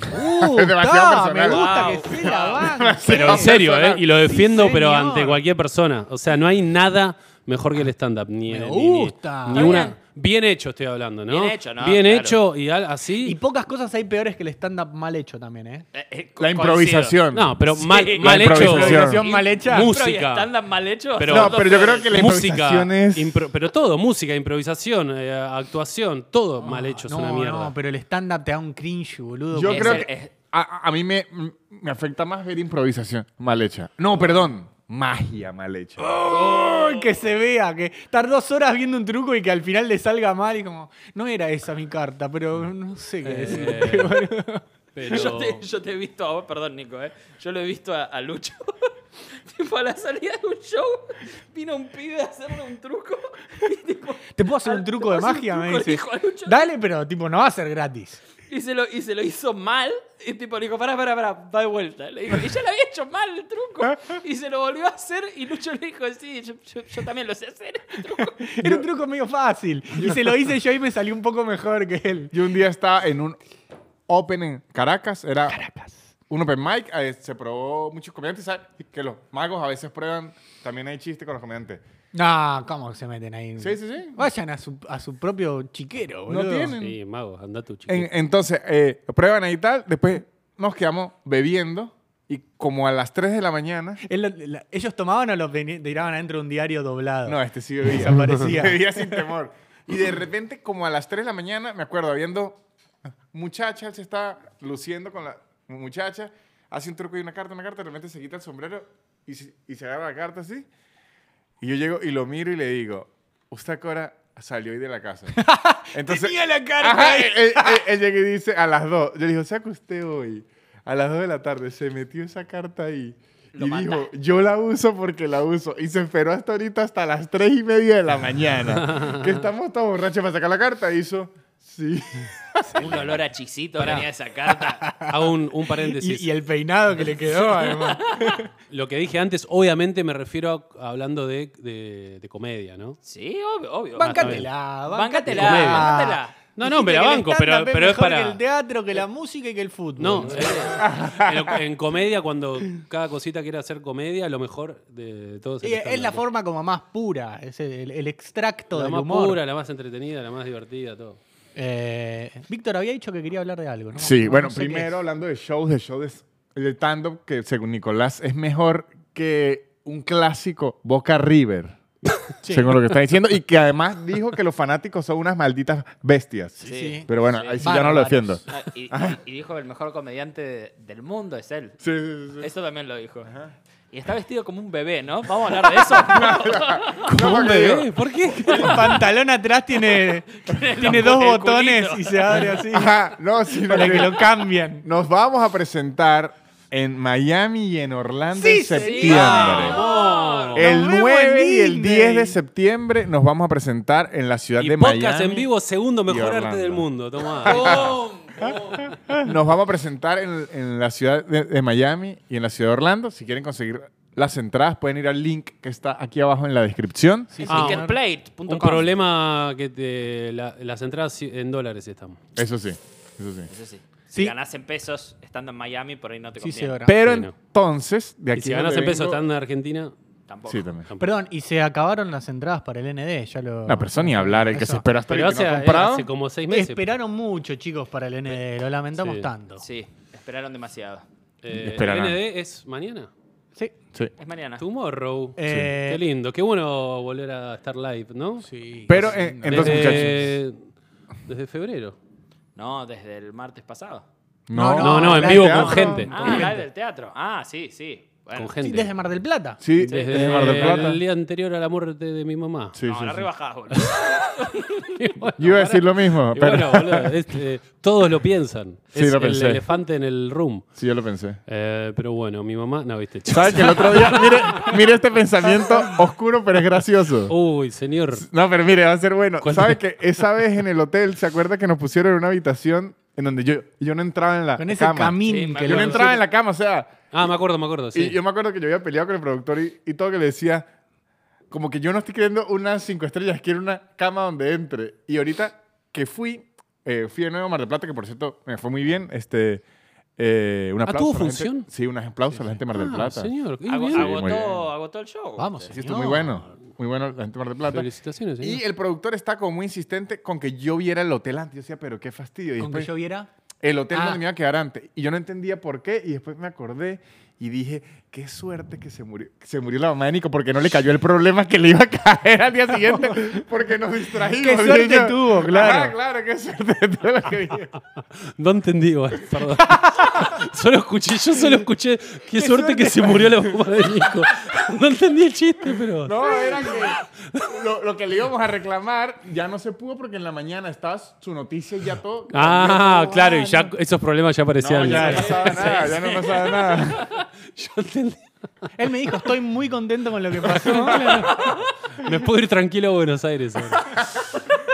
¡Uh!
Es demasiado
ta,
personal.
Me gusta
Wow.
que se la banque.
Pero en serio, ¿eh? Y lo defiendo,
Sí,
pero
señor.
ante cualquier persona. O sea, no hay nada mejor que el stand-up. Ni,
Me
ni- ni-
gusta.
Ni,
Está
una.
bien.
Bien. hecho, estoy hablando, ¿no?
Bien hecho, ¿no?
Bien
Claro.
hecho y al- así.
Y pocas cosas hay peores que el stand-up mal hecho también, ¿eh?
Eh, eh, co-
La improvisación.
no, pero
Sí.
mal,
La
mal hecho.
improvisación.
coincido.
mal hecha.
Impro y
Música.
estándar mal hecho.
Pero-
son
No,
dos
pero yo
peores.
creo que la
Música,
improvisación es.
impro- pero todo, música, improvisación, eh, actuación, todo mal hecho es
Ah, no,
una mierda.
no, pero el stand-up te da un cringe, boludo.
Yo
porque-
creo
el-
que
es-
a, a mí me, me afecta más ver improvisación mal hecha. No, perdón, magia mal hecha.
¡Uy! que se vea, que estar dos horas viendo un truco y que al final le salga mal y como, no era esa mi carta, pero no sé qué decir.
Eh,
Eh,
Pero-
Yo, te, yo te he visto a vos, perdón, Nico, ¿eh? Yo lo he visto a, a Lucho. tipo, a la salida de un show, vino un pibe a hacerle un truco. Y, tipo,
¿Te puedo hacer
al-
un truco
¿te
de
puedo hacer
magia?
un
Me
truco?
dice.
Le dijo a Lucho.
Dale, pero tipo, no va a ser gratis.
y, se lo, y se lo hizo mal. Y tipo, le dijo, pará, pará, pará, va de vuelta. Le dijo, y ya le había hecho mal el truco. Y se lo volvió a hacer. Y Lucho le dijo, sí, yo, yo- yo también lo sé hacer. el truco".
Era un truco medio fácil. Y se lo hice yo y me salió un poco mejor que él.
Yo un día estaba en un Open en Caracas, era un Open mic, eh, se probó muchos comediantes, ¿sabes? Que los magos a veces prueban, también hay chiste con los comediantes.
No, ¿cómo se meten ahí?
Sí, sí, sí.
Vayan a su, a su propio chiquero,
No
boludo.
tienen.
Em,
Sí, mago, anda tu chiquito.
En- entonces, eh, prueban ahí y tal, después nos quedamos bebiendo y como a las 3 de la mañana...
Él lo- la- ellos tomaban o los veni- tiraban adentro de un diario doblado.
No, este sí bebía.
Desaparecía.
bebía sin temor. Y de repente, como a las 3 de la mañana, me acuerdo, viendo muchacha, él se está luciendo con la muchacha, hace un truco y una carta, una carta, de repente se quita el sombrero y se, y se agarra la carta así. Y yo llego y lo miro y le digo, usted ahora salió hoy de la casa. Entonces,
Tenía la carta
Ajá,
ahí.
él, él- él llega y dice a las 2. Yo le digo, saca usted hoy. A las 2 de la tarde se metió esa carta ahí.
Lo
y
mata.
dijo, yo la uso porque la uso. Y se esperó hasta ahorita, hasta las 3 y media de la mañana. que estamos todos borrachos para sacar la carta. Hizo, sí.
Un olor a chisito venía de esa carta.
Hago un, un
Y,
paréntesis.
y el peinado que le quedó, además.
Lo que dije antes, obviamente me refiero a- hablando de, de- de comedia, ¿no?
Sí, obvio, obvio.
Bancatela,
Bancatela,
Comedia.
bancatela.
No, no, me la banco, pero, pero es
Que
para...
el teatro, que la música y que el fútbol.
No, en, lo- en comedia, cuando cada cosita quiere hacer comedia, lo mejor de todo
Y es la forma como más pura, es el, el extracto
La
del
más
humor.
pura, la más entretenida, la más divertida, todo.
Eh, Víctor había dicho que quería hablar de algo, ¿no?
Sí,
No,
bueno,
no sé qué
primero
es.
hablando de shows, de shows de, de stand-up, que según Nicolás es mejor que un clásico Boca River. Según lo que está diciendo. Y que además dijo que los fanáticos son unas malditas bestias.
Sí, sí.
Pero bueno,
Sí.
ahí sí ya no lo
Bárbaros.
defiendo.
Ah, Y, y- y dijo que el mejor comediante de- del mundo es él.
Sí, sí, sí, sí.
Eso también lo dijo. Y está vestido como un bebé, ¿no? Vamos a hablar de eso.
No, porque
bebé?
digo,
¿Eh? ¿Por qué?
El pantalón atrás tiene, tiene
el
dos
culito.
botones y se abre así
ajá, no, sí,
para
no,
que
no.
lo cambien.
Nos vamos a presentar en Miami y en Orlando
Sí,
en septiembre.
señor.
¡Vamos!
El
Nos vemos
9
en
y el
Disney.
10 de septiembre nos vamos a presentar en la ciudad
Y
de
podcast
Miami.
en vivo, segundo
y
mejor arte
Orlando.
del mundo, tomá.
Oh,
Eh. Nos vamos a presentar en, en la ciudad de, de Miami y en la ciudad de Orlando. Si quieren conseguir las entradas, pueden ir al link que está aquí abajo en la descripción.
Sí,
Ah,
señor.
Ticketplate.com.
Un problema que te- la- las entradas en dólares están.
Eso sí, eso sí.
Eso sí. Si
Sí.
ganás en pesos estando en Miami, por ahí no te
Sí,
conviene.
señora.
Pero
Ah, Sí, no.
entonces,
Y
de aquí
si
a
ganas
donde
en pesos
vengo-
están en Argentina,
Tampoco.
Sí, también.
Perdón, y se acabaron las entradas para el ND, ya lo...
No, pero eso ni hablar, el que
Eso.
se espera hasta
pero hace,
ahorita
eh,
y no ha comprado.
hace como seis meses.
Esperaron mucho, chicos, para el ND, lo lamentamos
Sí.
tanto.
Sí, esperaron demasiado.
Eh,
Esperarán.
¿El ND es mañana?
Sí.
Sí.
Es mañana.
Tomorrow.
Eh,
Qué lindo, qué bueno volver a estar live, ¿no?
Pero eh, entonces, muchachos.
desde, desde febrero.
No, desde el martes pasado.
No,
No, no, en
live
vivo
de
con
Amazon.
gente.
Ah,
gente.
live del teatro. Ah, sí, sí. Bueno.
Con
Sí,
gente.
desde Mar del Plata.
Sí,
Desde
desde Mar del Plata.
el día anterior a la muerte de mi mamá.
Sí,
no,
sí,
la
sí.
rebajás, boludo.
Yo iba a decir lo mismo,
Y
pero
bueno, boludo, este, todos lo piensan.
Sí,
es
lo
el
pensé.
elefante en el room.
sí, yo lo pensé.
Eh, pero bueno, mi mamá, no, viste.
¿Sabes que el otro día? Mire, mire este pensamiento oscuro, pero es gracioso.
Uy, señor.
No, pero mire, va a ser bueno.
¿Cuál?
¿Sabes que esa vez en el hotel, ¿se acuerda que nos pusieron en una habitación en donde yo, yo no entraba en la
Con ese
cama?
camín
Sí, me
que
yo no
lo-
entraba en la cama, o sea,
Ah, me acuerdo, me acuerdo, sí.
Y yo me acuerdo que yo había peleado con el productor y, y todo que le decía, como que yo no estoy queriendo unas cinco estrellas, quiero una cama donde entre. Y ahorita que fui, eh, fui de nuevo a Mar del Plata, que por cierto me fue muy bien. Este, eh, un
Ah,
aplauso
¿tuvo
a la gente-
función?
sí, un aplauso a la gente de Mar del
Ah,
Plata.
señor. qué
Ago-
bien.
Sí, muy bien.
agotó, agotó el show.
Vamos,
Sí, estuvo muy bueno. Muy bueno la gente de Mar del Plata.
Felicitaciones, señor.
Y el productor está como muy insistente con que yo viera el hotel antes. Yo decía, pero qué fastidio. Y
Con que
después-
yo viera.
El hotel
Ah.
donde me iba a quedar antes. Y yo no entendía por qué. Y después me acordé y dije, qué suerte que se murió, que se murió la mamá de Nico porque no le cayó el problema que le iba a caer al día siguiente porque nos distraímos.
Qué
dije
suerte
yo.
tuvo, claro.
Ajá, claro, qué suerte tuvo la que dije.
No entendí, igual, perdón. solo escuché, yo solo escuché. Qué, suerte, que se murió la mamá de Nico. No entendí el chiste, pero.
No, era que lo, lo que le íbamos a reclamar ya no se pudo porque en la mañana estaba su noticia y ya todo.
Ah,
cambió todo.
claro, y
Ah,
ya
no.
esos problemas ya aparecían.
No, ya no
Sí,
pasaba nada, ya no pasaba nada.
Yo entendí.
Él me dijo, estoy muy contento con lo que pasó.
Me puedo ir tranquilo a Buenos Aires. ahora.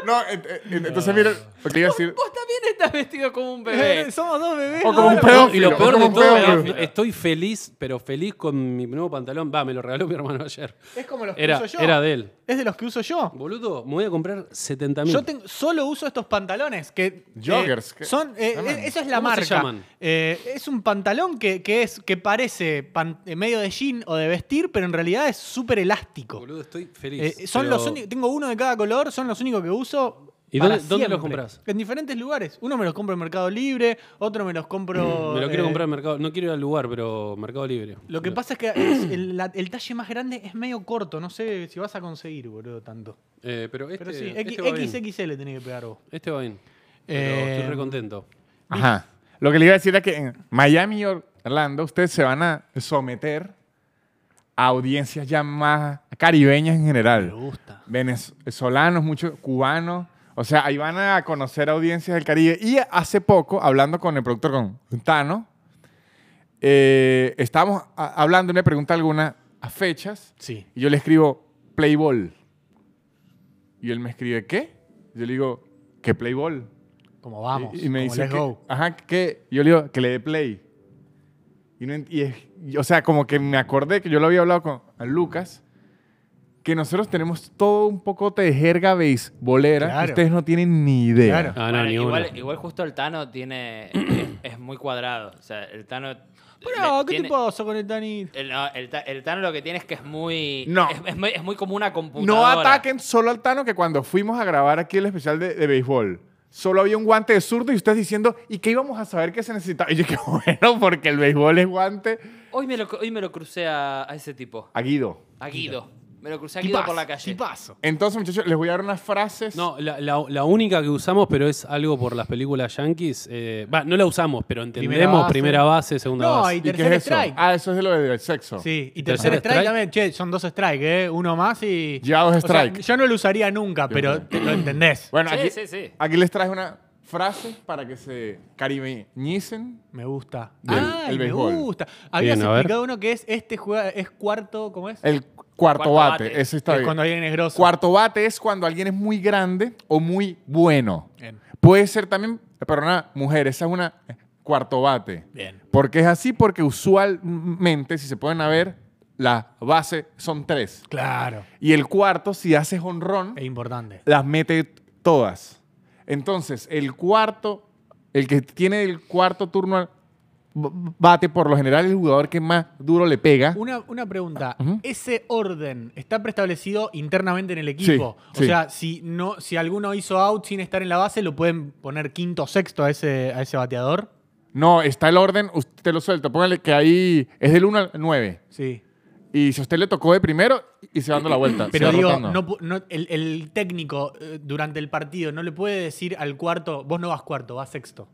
No, ent- ent- entonces mira, lo que iba a decir.
Vos también estás vestido como un bebé.
Somos dos bebés.
O como un
¿no?
pedo.
y lo peor de
Como un
todo,
pedófilo.
es- estoy feliz, pero feliz con mi nuevo pantalón. Va, me lo regaló mi hermano ayer.
Es como los que
Era,
uso yo.
era de él.
Es de los que uso yo.
Boludo, me voy a comprar 70 mil.
Yo tengo- solo uso estos pantalones que eh,
Joggers, ¿qué?
son eh,
Llaman.
eh, eso es la
¿Cómo se
marca.
llaman?
Eh, es un pantalón que, que es que parece pan- eh, medio de jean o de vestir, pero en realidad es súper elástico.
Boludo, estoy
Eh,
feliz.
son
pero-
los únicos, tengo uno de cada color, son los únicos que uso.
¿Y
para
dónde- dónde los
siempre.
compras?
En diferentes lugares. Uno me los compro en Mercado Libre, otro me los compro.
Mm, Me lo quiero
eh,
comprar en Mercado. No quiero ir al lugar, pero Mercado Libre.
Lo que pasa es que es el, la- el talle más grande es medio corto. No sé si vas a conseguir, boludo, tanto.
Eh, pero este,
Pero sí,
este va bien.
XXL tenés que pegar vos.
Este va bien. Pero
Eh,
estoy re contento.
Ajá. Lo que le iba a decir era que en Miami y Orlando ustedes se van a someter a audiencias ya más caribeñas en
Me
general.
gusta.
Venezolanos, muchos cubanos. O sea, ahí van a conocer audiencias del Caribe. Y hace poco, hablando con el productor, con Tano, eh, estábamos a- hablando y me pregunta algunas fechas.
Sí.
Y yo le escribo Playball. Y él me escribe, ¿qué? Yo le digo, ¿qué Playball?
Como vamos.
Y, y me
como
dice,
let's
que,
go.
ajá, que yo le digo que le dé play. Y no ent- y es- y, o sea, como que me acordé que yo lo había hablado con Lucas, que nosotros tenemos todo un poco de jerga beisbolera.
Claro.
Ustedes no tienen ni
Claro.
idea.
Ah, no,
Bueno,
ni
igual,
uno.
igual justo el Tano tiene. es, es muy cuadrado. O sea, el Tano.
Pero,
le-
¿qué
tiene-
te pasa con el Dani?
El, no, el Ta- el Tano lo que tiene es que es muy.
No.
Es, es muy, es muy como una
No
computadora.
ataquen solo al Tano, que cuando fuimos a grabar aquí el especial de, de béisbol, solo había un guante de zurdo y ustedes diciendo, ¿y qué íbamos a saber que se necesitaba? Y yo, qué bueno, porque el béisbol es guante.
Hoy me lo, hoy me lo crucé a, a ese tipo.
A Guido.
A Guido. Me lo crucé a Guido por la calle.
Tipazo.
Entonces, muchachos, les voy a dar unas frases.
No, la, la- la única que usamos, pero es algo por las películas yankees. eh, va, no la usamos, pero entendemos
Primera
primera
base.
base, segunda
No,
base.
y
¿Y qué
tercer
es eso?
strike.
Ah, eso es de lo del sexo.
Sí, y
tercer
tercer strike,
strike?
también. Che, son dos strikes, ¿eh? Uno más y.
Ya dos
O sea,
strike.
yo no lo usaría nunca, pero
también.
te- lo entendés.
Bueno,
Sí,
aquí,
sí, sí.
aquí les traje una frase para que se caribeñicen.
Me gusta.
Del-
Ay,
el
me
béisbol.
gusta. Habías
Bien, a ver.
explicado uno que es este juega, es cuarto, ¿cómo es?
El cu- cuarto,
Cuarto
bate,
bate.
ese está
Que es
bien.
cuando alguien es grosso.
Cuarto bate es cuando alguien es muy grande o muy bueno.
Bien.
Puede ser también, pero una mujer, esa es una eh, cuarto bate.
Bien.
Porque es así porque usualmente, si se pueden ver, las bases son tres.
Claro.
Y el cuarto, si haces honrón,
Es importante.
las mete todas. Entonces, el cuarto, el que tiene el cuarto turno al b- bate, por lo general, el jugador que más duro le pega.
Una, una pregunta.
Ujú.
¿Ese orden está preestablecido internamente en el equipo? o
Sí, sí.
sea, si, no, si alguno hizo out sin estar en la base, ¿lo pueden poner quinto o sexto a ese, a ese bateador?
No, está el orden, usted lo suelta. Póngale que ahí es del 1 al 9.
Sí.
Y si a usted le tocó de primero, y se va dando la vuelta. se
Pero
va
digo,
rotando.
no, pu- no- el, el técnico eh, durante el partido no le puede decir al cuarto, vos no vas cuarto, vas sexto.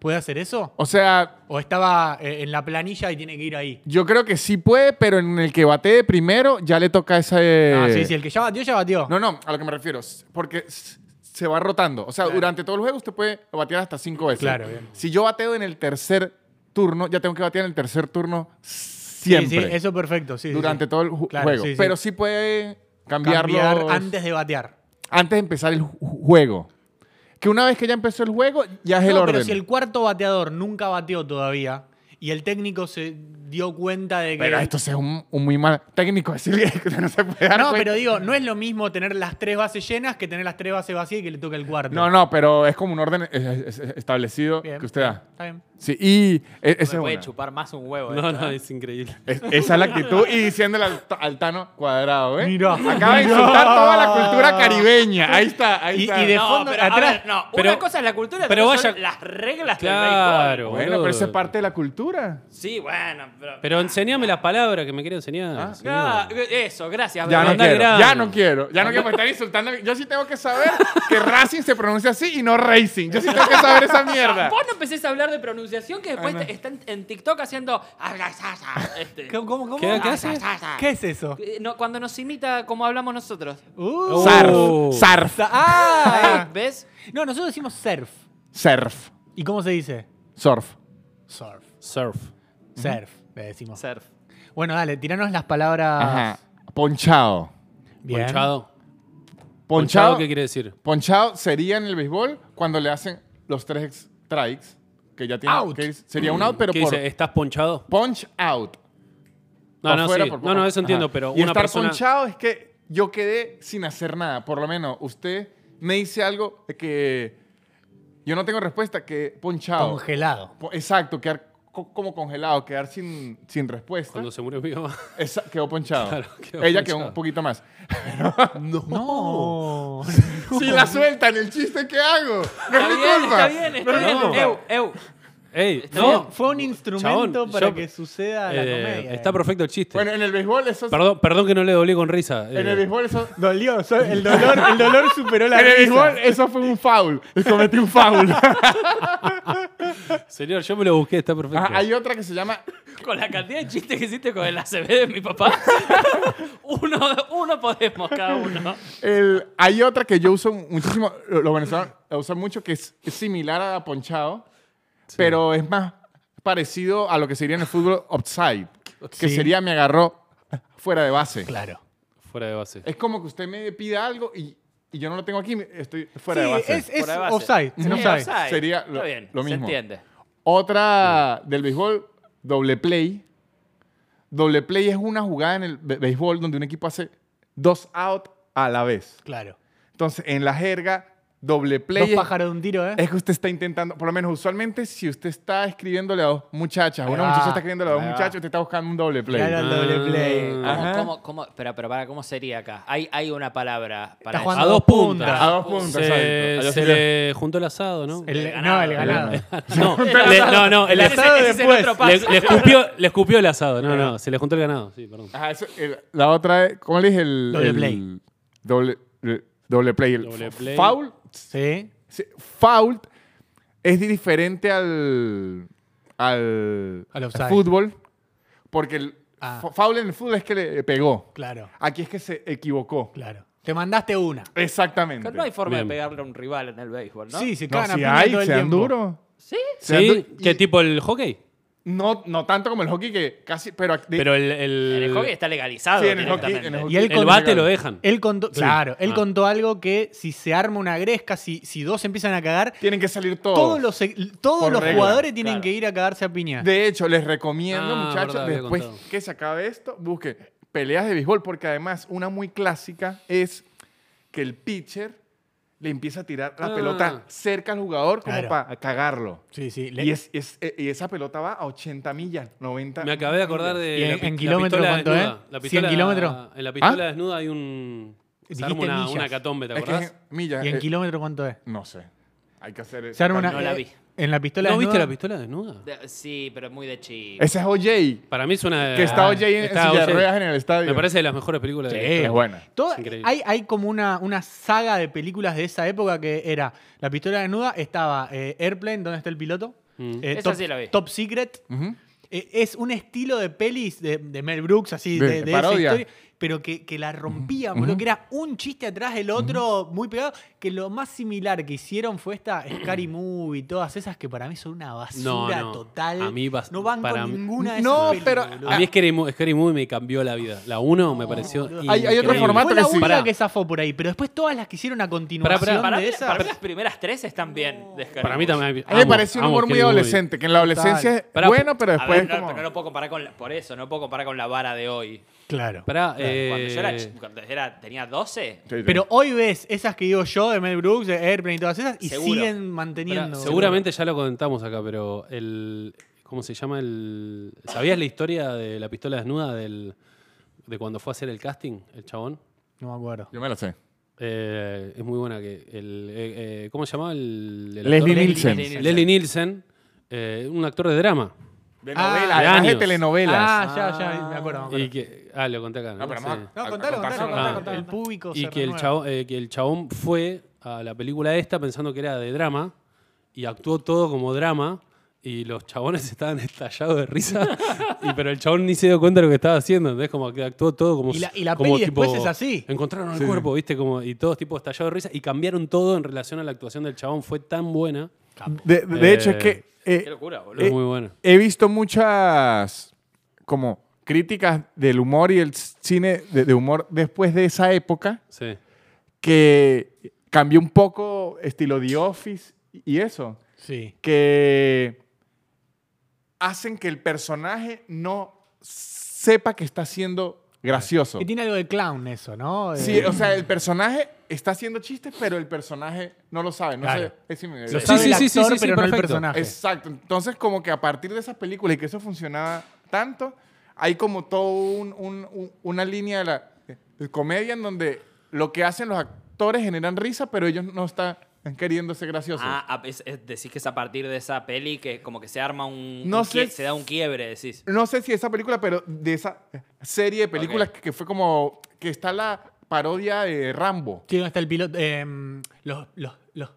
¿Puede hacer eso?
O sea,
¿O estaba eh, en la planilla y tiene que ir ahí?
yo creo que sí puede, pero en el que bate de primero, ya le toca esa.
Ah, sí, sí, el que ya batió, ya batió.
No, no, a lo que me refiero. s- Porque s- se va rotando. O sea, durante todo el juego usted puede batear hasta cinco veces.
Claro, bien.
Si yo bateo en el tercer turno, ya tengo que batear en el tercer turno
Sí, sí,
siempre.
eso perfecto, sí. sí,
durante
sí.
todo el ju-
Claro,
juego.
sí, sí.
Pero sí puede cambiarlo
Cambiar antes de batear.
antes de empezar el ju- juego. Que una vez que ya empezó el juego, ya es el
No,
orden.
pero si el cuarto bateador nunca bateó todavía y el técnico se dio cuenta de que.
Pero esto es un, un muy mal técnico decirle que no se puede dar
no,
cuenta.
pero digo, no es lo mismo tener las tres bases llenas que tener las tres bases vacías y que le toque el cuarto.
No, no, pero es como un orden es- es- es- establecido
Bien,
que usted da.
Está bien.
Sí, y e- esa es,
Me puede
una.
chupar más un huevo.
No,
esto,
no,
¿eh?
es increíble.
Es- esa es la actitud y diciéndole al, al Tano cuadrado, ¿eh?
Mirá,
Acaba de
mirá.
insultar toda la cultura caribeña. Ahí está, ahí
Y-
está.
y de-
No,
fondo,
pero, a
atrás-
ver, no,
pero-
una cosa es la
pero
cultura, pero
vaya-
son las reglas del
Claro,
béisbol.
bueno,
boludo.
pero eso es parte de la cultura.
Sí, bueno, pero...
Pero enseñame las palabras que me quiero enseñar.
Ah,
señor.
Ah, eso, gracias.
Ya no,
Belén.
Anda
quiero,
grano.
ya no quiero, ya no quiero, porque están insultando. Yo sí tengo que saber que Racing se pronuncia así y no Racing. Yo sí tengo que saber esa mierda.
Ah, Vos no empecés a hablar de pronunciación que después
Ah, no.
te- están en TikTok haciendo... "Ah, Este.
¿Cómo, cómo, Ah, cómo?
¿Qué- qué hace?
¿Qué es eso?
Eh, no, cuando nos imita como hablamos nosotros.
Uh,
Oh.
Sarf, sarf,
sa- ¡Ah!
¿Ves?
No, nosotros decimos surf.
surf,
¿Y cómo se dice?
surf.
Surf.
Surf.
Surf, le decimos.
Surf.
Bueno, dale, tiranos las palabras.
Ajá. Ponchado.
Bien.
Ponchado.
Ponchado,
¿Qué quiere decir?
ponchado sería en el béisbol cuando le hacen los tres strikes, que ya tiene
Out.
que es- sería un out, pero
¿Qué
por
dice? ¿Estás ponchado?
punch out.
No, no,
Afuera,
sí.
por poco.
no, no, eso entiendo,
Ajá.
pero
y
una
estar
persona...
ponchado es que yo quedé sin hacer nada. Por lo menos usted me dice algo de que yo no tengo respuesta, que ponchado.
Congelado.
Po- Exacto, quedar co- como congelado, quedar sin, sin respuesta.
Cuando se murió mi mamá.
Esa- quedó ponchado.
Claro, quedó
Ella quedó
ponchado.
un poquito más.
No.
Si la sueltan, el chiste que hago. No es
Está
mi
bien,
culpa.
está bien, está
No es mi
bien.
culpa.
Eu, eu.
¡Ey!
Está
¡No!
Fue un instrumento
Chabón,
para
yo-
que suceda la
Eh,
comedia.
está perfecto el chiste.
Bueno, en el béisbol eso...
perdón, perdón que no le doblé con risa.
En
eh.
el béisbol eso...
Dolió, so- el dolor, el dolor superó la
En el
risa.
béisbol eso fue un foul. Cometí un foul.
Señor, yo me lo busqué, está perfecto.
Ah, hay otra que se llama
Con la cantidad de chistes que hiciste con el ACB de mi papá, uno, uno podemos cada uno.
El- hay otra que yo uso muchísimo, lo- los venezolanos la usan mucho, que es, es similar a ponchado, pero es más parecido a lo que sería en el fútbol offside, que
Sí.
sería me agarró fuera de base.
Claro.
Fuera de base.
Es como que usted me pida algo y, y yo no lo tengo aquí, me- estoy fuera
sí,
de base.
es, es
Fuera de base.
offside.
Sí,
no sabe.
offside.
Sería lo-
Está bien,
lo mismo.
Se entiende.
Otra del béisbol, doble play. Doble play es una jugada en el be- béisbol donde un equipo hace dos out a la vez.
Claro.
Entonces, en la jerga, doble play
Dos
es-
pájaros de un tiro, ¿eh?
Es que usted está intentando, por lo menos usualmente, si usted está escribiéndole a dos muchachas,
Ahí
una
va,
muchacha está escribiéndole a dos
Ah, ahí va.
muchachos, usted está buscando un doble play.
Claro, el doble play.
Ah.
¿Cómo,
Ajá.
cómo, cómo- pero, pero para, ¿cómo sería acá? Hay, hay una palabra
Está
para eso.
jugando
A dos puntas.
A dos puntos,
Se,
exacto.
se le juntó el asado, ¿no?
El- no, el ganado.
No, le- no, no, el
El
asado.
asado
ese es el
después.
otro paso.
Le, le escupió, le escupió el asado. No, no, se le juntó el ganado. Sí, perdón.
Ajá, eso, el- la otra es, ¿cómo le dije? El,
Doble
el-
play.
Doble, el- doble play. El
Doble
f-
play.
Foul,
Sí.
sí, foul es diferente al, al,
Al offside.
fútbol, porque el
Ah.
f- foul en el fútbol es que le pegó.
Claro,
Aquí es que se equivocó.
claro. Te mandaste una.
Exactamente.
No hay forma
Bien.
de pegarle a un rival en el béisbol, ¿no?
Sí, se
No,
cagan a
si
piña
hay,
todo el
sean
tiempo.
duros.
¿Sí?
¿Sí?
Y-
¿Qué tipo el hockey?
No, no tanto como el hockey, que casi. Pero, ac- de-
Pero el.
En
el,
el hockey está legalizado.
Sí, en el hockey- en el
directamente.
hockey.
Y él
el
con-
bate lo dejan.
Él contó, claro, él
Ah.
contó algo que si se arma una gresca, si, si dos empiezan a cagar,
tienen que salir todos.
todos los, e-, todos
Por
los
regla,
jugadores tienen
claro.
que ir a cagarse a piña.
De hecho, les recomiendo,
Ah,
muchachos,
verdad, había
después
contado.
que se acabe esto, busquen peleas de béisbol, porque además una muy clásica es que el pitcher le empieza a tirar la
Ah.
pelota cerca al jugador como
Claro.
para cagarlo.
sí, sí. le-
Y, es, es- eh, y esa pelota va a 80 millas, 90.
Me acabé de acordar de.
¿Y en-
la pi-
en
la
kilómetros
pistola
cuánto,
desnuda.
eh?
La
¿Cien
pistola-
kilómetros?
En la pistola
¿Ah?
desnuda hay un. Se arma
Dijiste
una,
millas.
una catombe, ¿te
Es que
acordás?
es millas.
¿Y en
eh,
kilómetro cuánto es?
No sé. Hay que hacer.
Se arma una. eh,
No la vi.
En la pistola.
¿No viste
desnuda?
la pistola desnuda?
De- Sí, pero muy de chico.
Esa es OJ.
Para mí es una de.
Que está OJ en
Ah, está
silla de
OJ.
ruedas en el estadio. Eh,
Me parece de las mejores películas
Sí.
de.
Es buena.
Todo-
Es increíble.
hay, hay como una, una saga de películas de esa época que era La pistola desnuda, estaba eh, Airplane, ¿dónde está el piloto?
Mm.
Eh,
Esa
top,
sí la vi.
Top Secret.
Ujú.
Eh, es un estilo de pelis de, de Mel Brooks, así,
De-
de, de esa
parodia.
historia, pero que, que la rompía, boludo, que era un chiste atrás del otro, muy pegado, que lo más similar que hicieron fue esta Scary Movie, todas esas que para mí son una basura
no.
total.
A mí bas-
no van
para
con
mí-
ninguna de
No,
esas pelis,
pero-
boludo.
A mí Scary Mo- Scary Movie me cambió la vida. La 1 me pareció.
boludo.
Hay- hay otro
increíble.
formato
Fue la
que sí.
única
Pará.
que zafó por ahí, pero después todas las que hicieron a continuación
pará,
Para
de
mí,
esas.
para mí las primeras tres están bien. de Scary
Para mí
Movie.
también.
A mí me
amo,
parece un
amo
humor muy
Scary Movie.
adolescente, que en la adolescencia es
Pará,
bueno, pero
A
después
no,
es
no,
como-
pero no puedo comparar con la- por eso, no puedo comparar con la vara de hoy.
Claro.
Pará, eh,
Cuando yo era, ch- cuando era- tenía 12,
Sí, sí.
Pero hoy ves esas que digo yo de Mel Brooks, de Airplane y todas esas, y
Seguro.
siguen
pará,
manteniendo.
seguramente ya lo comentamos acá, pero el. ¿Cómo se llama el. ¿Sabías la historia de la pistola desnuda del, de cuando fue a hacer el casting, el chabón?
No me acuerdo.
Yo me la sé.
Eh, es muy buena que. El, eh, eh, ¿Cómo se llamaba el. el
Leslie
actor?
Nielsen.
Leslie
Leslie Nielsen, eh, un actor de drama.
De
Ah,
novelas,
de
además de
años.
telenovelas.
Ah, ya, ya, me acuerdo. Me acuerdo.
Y que, ah, lo conté acá. No,
No, pero
Sí.
vamos a-
No,
a
contalo, contalo,
contárselo a la
contalo,
Ah,
gente.
contalo. El público
y
se
que el,
renueva.
chabón, eh, que el chabón fue a la película esta pensando que era de drama y actuó todo como drama y los chabones estaban estallados de risa, y, pero el chabón ni se dio cuenta de lo que estaba haciendo, ¿entendés? Como que actuó todo como...
Y la- y la
como
peli después es así.
Encontraron el
Sí.
cuerpo, ¿viste? Como, y todos tipo estallados de risa y cambiaron todo en relación a la actuación del chabón. Fue tan buena.
De, de
Eh,
hecho, es que eh,
qué locura, boludo.
Es muy buena.
he visto muchas como críticas del humor y el cine de, de humor después de esa época
Sí.
eh,
que cambió un poco estilo The Office y eso.
Sí.
que hacen que el personaje no sepa que está siendo gracioso.
Que tiene algo de clown eso, ¿no? Eh, De-
Sí, o sea, el personaje está haciendo chistes, pero el personaje no lo sabe. No
Claro.
sé, es si me-
lo
Sí,
sabe
sí,
el
sí, sí,
actor,
sí,
pero no el
perfecto.
personaje.
Exacto. Entonces, como que a partir de esas películas y que eso funcionaba tanto, hay como todo un- un- un- una línea de la de comedia en donde lo que hacen los actores generan risa, pero ellos no están queriendo ser graciosos.
Ah, ah, es- es- decís que es a partir de esa peli que como que se arma un...
No
un
sé.
quie- Se da un quiebre, decís.
No sé si esa película, pero de esa serie de películas
Ok.
que fue como. que está la parodia de Rambo.
Sí, ¿dónde está el piloto? Em, los, los, los,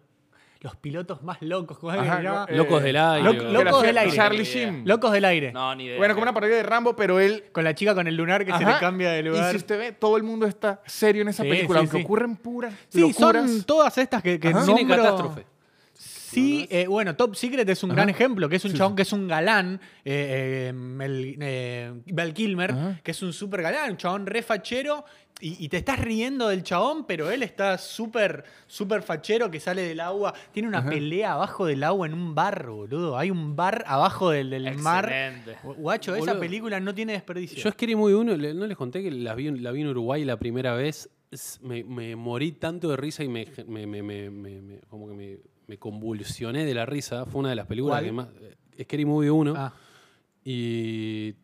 los pilotos más locos. ¿cómo es que
Ajá,
se llama?
no, eh,
Locos del aire.
Loc-
boludo.
Que era
Locos
Char-
del aire.
Charlie
No tengo idea.
Sheen.
Locos del aire.
No, ni idea.
Bueno, como una parodia de Rambo, pero él.
Con la chica con el lunar que se
Ajá.
le cambia de lugar.
Y si usted ve, todo el mundo está serio en esa
Sí,
película,
sí,
aunque
sí.
ocurren puras
sí,
locuras.
son todas estas que, que
Ajá.
nombro-
Cine catástrofe.
Sí, eh, bueno, Top Secret es un gran ejemplo, que es un chabón que es un galán, eh, eh, el, eh, Val Kilmer,
Ajá.
que es un súper galán, un chabón re fachero, y, y te estás riendo del chabón, pero él está súper, súper fachero que sale del agua. Tiene una pelea abajo del agua en un bar, boludo. Hay un bar abajo del, del mar.
Excelente.
Guacho, esa
Boludo.
película no tiene desperdicio.
Yo Scary Movie 1, le- no les conté que la vi, en- la vi en Uruguay la primera vez. Es- me, me morí tanto de risa y me, me- me- me- me- me- como que me, me convulsioné de la risa. Fue una de las películas
¿Cuál?
que más... eh, Scary Movie 1.
Ah,
Y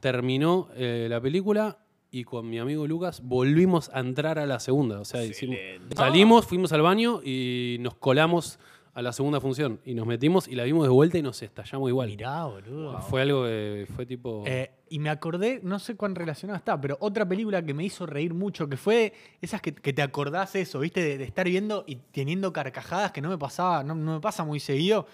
terminó eh, la película y con mi amigo Lucas volvimos a entrar a la segunda. O sea, hicimos- salimos, fuimos al baño y nos colamos a la segunda función. Y nos metimos y la vimos de vuelta y nos estallamos igual.
mirá, boludo.
Fue algo que fue tipo...
Eh, y me acordé, no sé cuán relacionada está, pero otra película que me hizo reír mucho, que fue esas que, que te acordás eso, ¿viste? De, de estar viendo y teniendo carcajadas que no me pasaba, no, no me pasa muy seguido.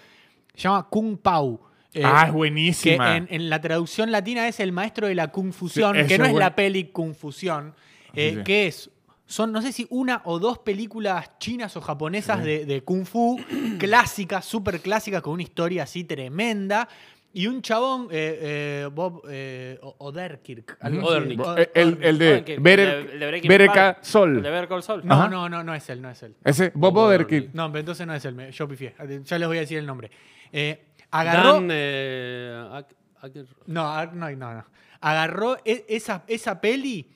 Se llama Kung Pao. eh,
ah, es
que
buenísima.
en, en la traducción latina es el maestro de la confusión,
Sí, eso
que no
es
es
bueno.
la peli confusión, eh,
Sí, sí.
que es, son no sé si una o dos películas chinas o japonesas de, de kung fu clásicas, súper clásicas, con una historia así tremenda. Y un chabón, eh, eh, Bob eh, O- Oderkirk. algo así.
Odernick.
O-
El, el- el
Joder,
de
que-
Better,
el de Breaking
Better
Bad.
Call Saul.
El de Better Call Saul.
No,
Ajá.
no, no, no es él, no es él.
Ese, Bob
Bob
Odenkirk.
No, pero entonces no es él, me- yo pifié. Ya les voy a decir el nombre. Eh, agarró...
Dan, eh, Ack- Acker-
No, a- no, no, no. Agarró e- esa, esa peli,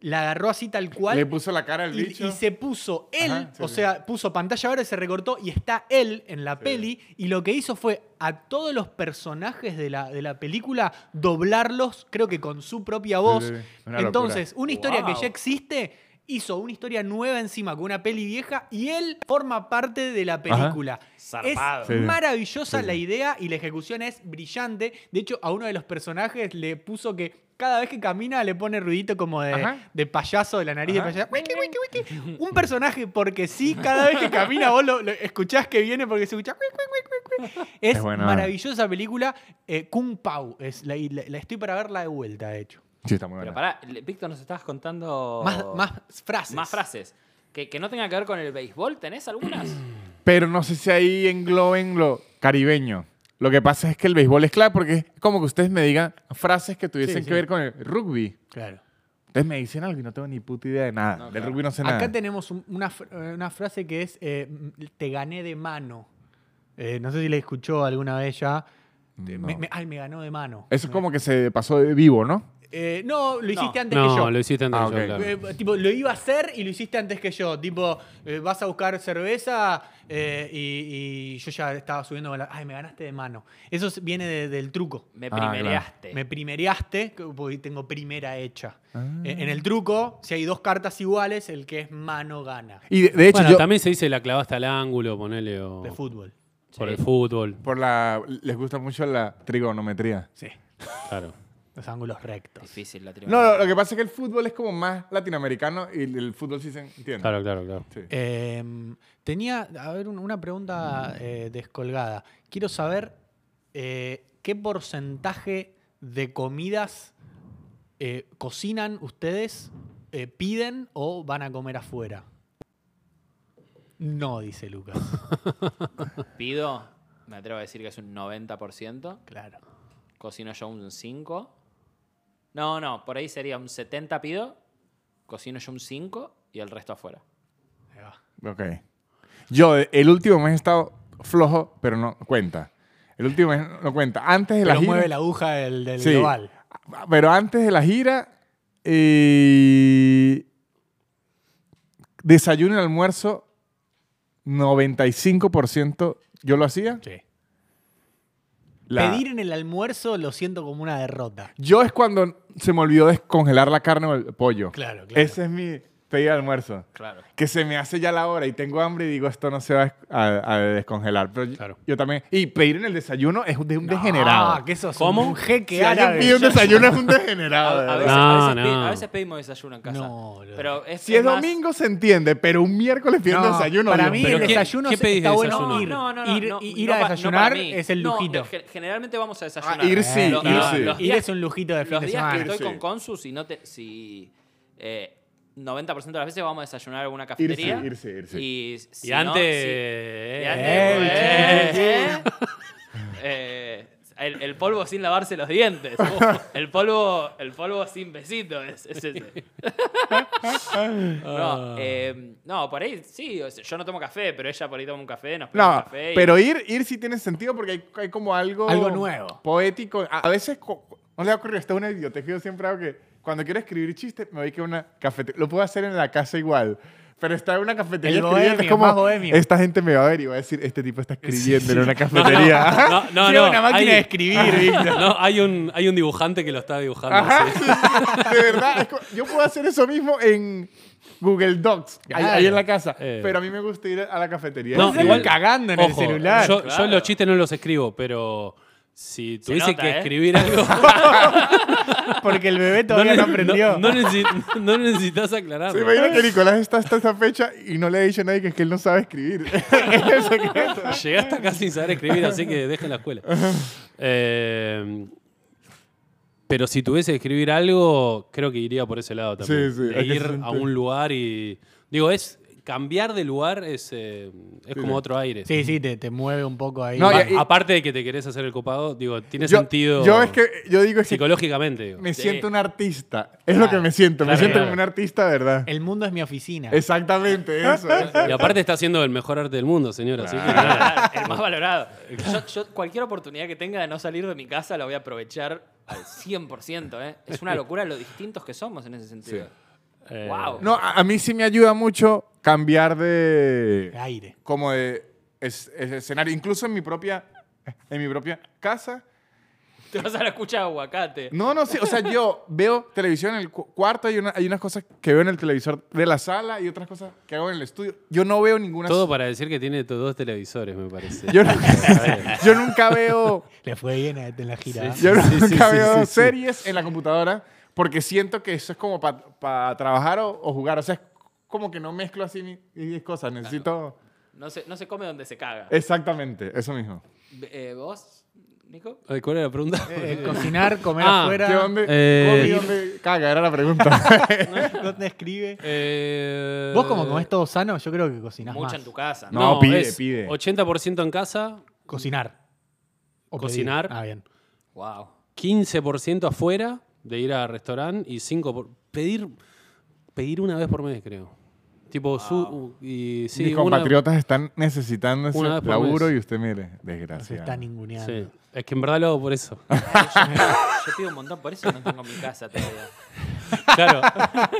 la agarró así tal cual.
Le puso la cara al
y,
bicho.
y se puso él,
Ajá, sí,
o
sí.
sea, puso pantalla verde, se recortó y está él en la peli. Y lo que hizo fue a todos los personajes de la, de la película doblarlos, creo que con su propia voz.
sí, sí. Una locura.
Entonces, una historia que
Wow.
ya existe. Hizo una historia nueva encima con una peli vieja y él forma parte de la película.
Zarpado.
Es
Sí, sí.
maravillosa la idea y la ejecución es brillante. De hecho, a uno de los personajes le puso que cada vez que camina le pone ruidito como de,
Ajá.
de payaso de la nariz
Ajá.
de payaso. Wiki, wiki, wiki. Un personaje porque sí, cada vez que camina vos lo, lo escuchás que viene porque se escucha. wiki, wiki, wiki, wiki. Es,
Es buena.
maravillosa película. Eh, Kung Pao. Es la, y la- la estoy para verla de vuelta, de hecho.
Sí, está muy
Pero
buena.
pará, le- Víctor, nos estabas contando...
Más, más frases.
Más frases. Que, que no tenga que ver con el béisbol, ¿tenés algunas?
Pero no sé si ahí engloben lo caribeño. Lo que pasa es que el béisbol es clave porque es como que ustedes me digan frases que tuviesen
Sí, sí.
que ver con el rugby.
Claro.
Ustedes me dicen algo y no tengo ni puta idea de nada. Del rugby no sé nada.
Acá tenemos un- una, fr- una frase Eh, que es eh, te gané de mano. Eh, no sé si la escuchó alguna vez ya. Te- me- me- ay, me ganó de mano.
Eso es como que se pasó de vivo, ¿no?
Eh, no, lo hiciste antes que yo.
No, lo hiciste antes
Ah,
que yo,
ok.
claro.
Eh, tipo, lo iba a hacer y lo hiciste antes que yo. Tipo, eh, vas a buscar cerveza eh, y, y yo ya estaba subiendo. con la- Ay, me ganaste de mano. Eso es- viene de- del truco.
Me
claro.
primereaste.
Me primereaste, que- porque tengo primera hecha.
Ah.
Eh,
Mm.
En el truco, si hay dos cartas iguales, el que es mano gana.
Y de, de hecho,
bueno,
yo,
también se dice la clavaste al ángulo, ponele. O
De fútbol.
por
Sí.
el fútbol.
por la, les gusta mucho la trigonometría.
Sí.
Claro.
Los ángulos rectos.
Difícil la
No,
trigonometría.
lo, lo que pasa es que el fútbol es como más latinoamericano y el fútbol sí se entiende.
Claro, claro, claro.
Sí.
Eh, tenía, a ver, un- una pregunta eh, descolgada. Quiero saber eh, qué porcentaje de comidas eh, cocinan ustedes, eh, piden o van a comer afuera. No, dice Lucas.
Pido, me atrevo a decir que es un 90%.
claro.
Cocino yo un 5. No, no, por ahí sería un 70 pido. Cocino yo un 5 y el resto afuera.
Ahí va.
Ok. Yo eh, el último mes he estado flojo, pero no cuenta. El último mes no cuenta. Antes de la
Pero
gira.
mueve la aguja del, del
Sí.
global.
Ah, Pero antes de la gira, eh, desayuno y almuerzo, 95% yo lo hacía.
Sí.
La-
Pedir en el almuerzo lo siento como una derrota.
Yo es cuando se me olvidó descongelar la carne o el pollo.
Claro, claro.
Ese es mi pedido de almuerzo.
Claro.
Que se me hace ya la hora y tengo hambre y digo, esto no se va a, a descongelar. Pero yo-
Claro.
yo, también. Y pedir en el desayuno es un, de un
Ah,
degenerado.
que eso es
¿Cómo?
un jeque
Si alguien
árabe.
pide un desayuno es un
A,
degenerado. de
a
verdad.
veces,
No,
a, veces pe-
no.
a veces pedimos desayuno en casa.
No, boludo.
pero es,
Si es
más-
domingo se entiende, pero un miércoles pidiendo
No,
desayuno.
Para
Dios
mí
mío.
el
¿qué-
desayuno
qué
se-
pedís
está
de
bueno
desayuno?
ir.
No, no, no,
ir
no,
ir
no
a
pa- no
desayunar
para mí.
es el
No,
lujito.
es que generalmente vamos a desayunar.
Ah, ir sí,
Eh,
ir
ir,
sí.
ir es un lujito de fin
Los
de
días
semana.
que estoy
Sí.
con Consu, si no te. Si, eh, 90% de las veces vamos a desayunar a alguna cafetería.
irse, irse.
Y, si
Y
no,
antes.
si- y antes,
Eh,
eh, eh, el, el polvo sin lavarse los dientes. El polvo, el polvo sin besito. Es, es ese. No, eh, no, por ahí sí. o sea, yo no tomo café, pero ella por ahí toma un café, nos pide un
No,
café. y-
pero ir, ir sí tiene sentido porque hay, hay como algo...
Algo nuevo.
Poético. A, a veces, co- no le ha ocurrido, esto es una idiotez que yo siempre hago que cuando quiero escribir chistes me voy que una cafetería... Lo puedo hacer en la casa igual. Pero estar en una cafetería
El
escribiendo
bohemio, más bohemio.
esta gente me va a ver y va a decir, este tipo está escribiendo en una
No, no,
cafetería.
no, no,
Tiene
no,
una máquina
hay-
de escribir, Víctor.
No, hay un, hay un dibujante que lo está dibujando.
Ajá,
sí.
de verdad, es como- yo puedo hacer eso mismo en Google Docs, ahí- ahí,
Claro.
en la casa,
Eh.
pero a mí me gusta ir a la cafetería.
No,
Puedes hacerlo
igual-
cagando en el
Ojo,
celular.
Yo, yo
Claro.
los chistes no los escribo, pero si tuviese
nota,
que
¿eh?
escribir algo.
Porque el bebé todavía no,
ne-
aprendió.
no necesi- no necesitas
Se
aclararlo.
imagina que Nicolás está hasta esa fecha y no le ha dicho a nadie que es que él no sabe escribir.
Este
Eso que es.
Llegaste acá sin saber escribir, así que dejen la escuela. Eh, pero si tuviese que escribir algo, creo que iría por ese lado también.
Sí, sí,
de
hay que
ir a
sentir.
un lugar y. Digo, es. Cambiar de lugar es, eh, es como otro aire.
Sí, sí, te, te mueve un poco ahí.
No,
Va-
y- y-
Aparte de que te querés hacer el copado, digo, tiene
Yo-
sentido
Yo es que yo digo es que
psicológicamente. digo.
me
Sí.
siento un artista. Es lo que me siento. me
claro,
siento
claro. Eh.
como un artista, de ¿verdad?
el mundo es mi oficina.
Exactamente eso. eso.
Y aparte está haciendo el mejor arte del mundo, señora.
Ah.
Así que nada.
Claro, el más valorado. Yo, yo cualquier oportunidad que tenga de no salir de mi casa la voy a aprovechar al 100%. ¿eh? Es una locura lo distintos que somos en ese sentido.
Eh,
Wow.
No, a, a mí sí me ayuda mucho cambiar de
Aire.
como de es- es- escenario, incluso en mi propia en mi propia casa.
Te vas a la cucha de aguacate.
No, no, sí. O sea, yo veo televisión en el cu- cuarto, hay, una- hay unas cosas que veo en el televisor de la sala y otras cosas que hago en el estudio. Yo no veo ninguna.
Todo para decir que tiene to- dos televisores, me parece.
Yo, nunca- yo nunca veo,
Le fue bien a- en la gira.
Sí,
yo
sí, sí,
nunca
sí,
veo
sí, sí.
series en la computadora porque siento que eso es como para trabajar o, o jugar. O sea, es como que no mezclo así mis, mis cosas. Necesito.
No se, no se come donde se caga.
Eh. Exactamente, eso mismo.
Eh, ¿Vos, Nico?
Ay, ¿Cuál era la pregunta?
Eh, cocinar, comer
Ah,
¿Qué
afuera.
dónde,
Eh,
¿y dónde caga? Era la pregunta.
¿Dónde escribe?
Eh,
Vos como comés todo sano, yo creo que cocinás
Mucha
más.
en tu casa. ¿no?
No, pide,
es
pide.
80% en casa,
Cocinar. O pedir.
Cocinar.
Ah, bien.
Wow.
15% afuera de ir al restaurante y 5% por, pedir, pedir una vez por mes, creo. Tipo, su, y, sí,
Mis
una-
compatriotas están necesitando ese
una vez por
laburo
mes.
y usted, mire,
Se
desgracia.
está ninguneando.
sí. Es que en verdad lo hago por eso.
Ay, yo, pido, yo pido un montón, por eso no tengo mi casa todavía. Ah,
Claro.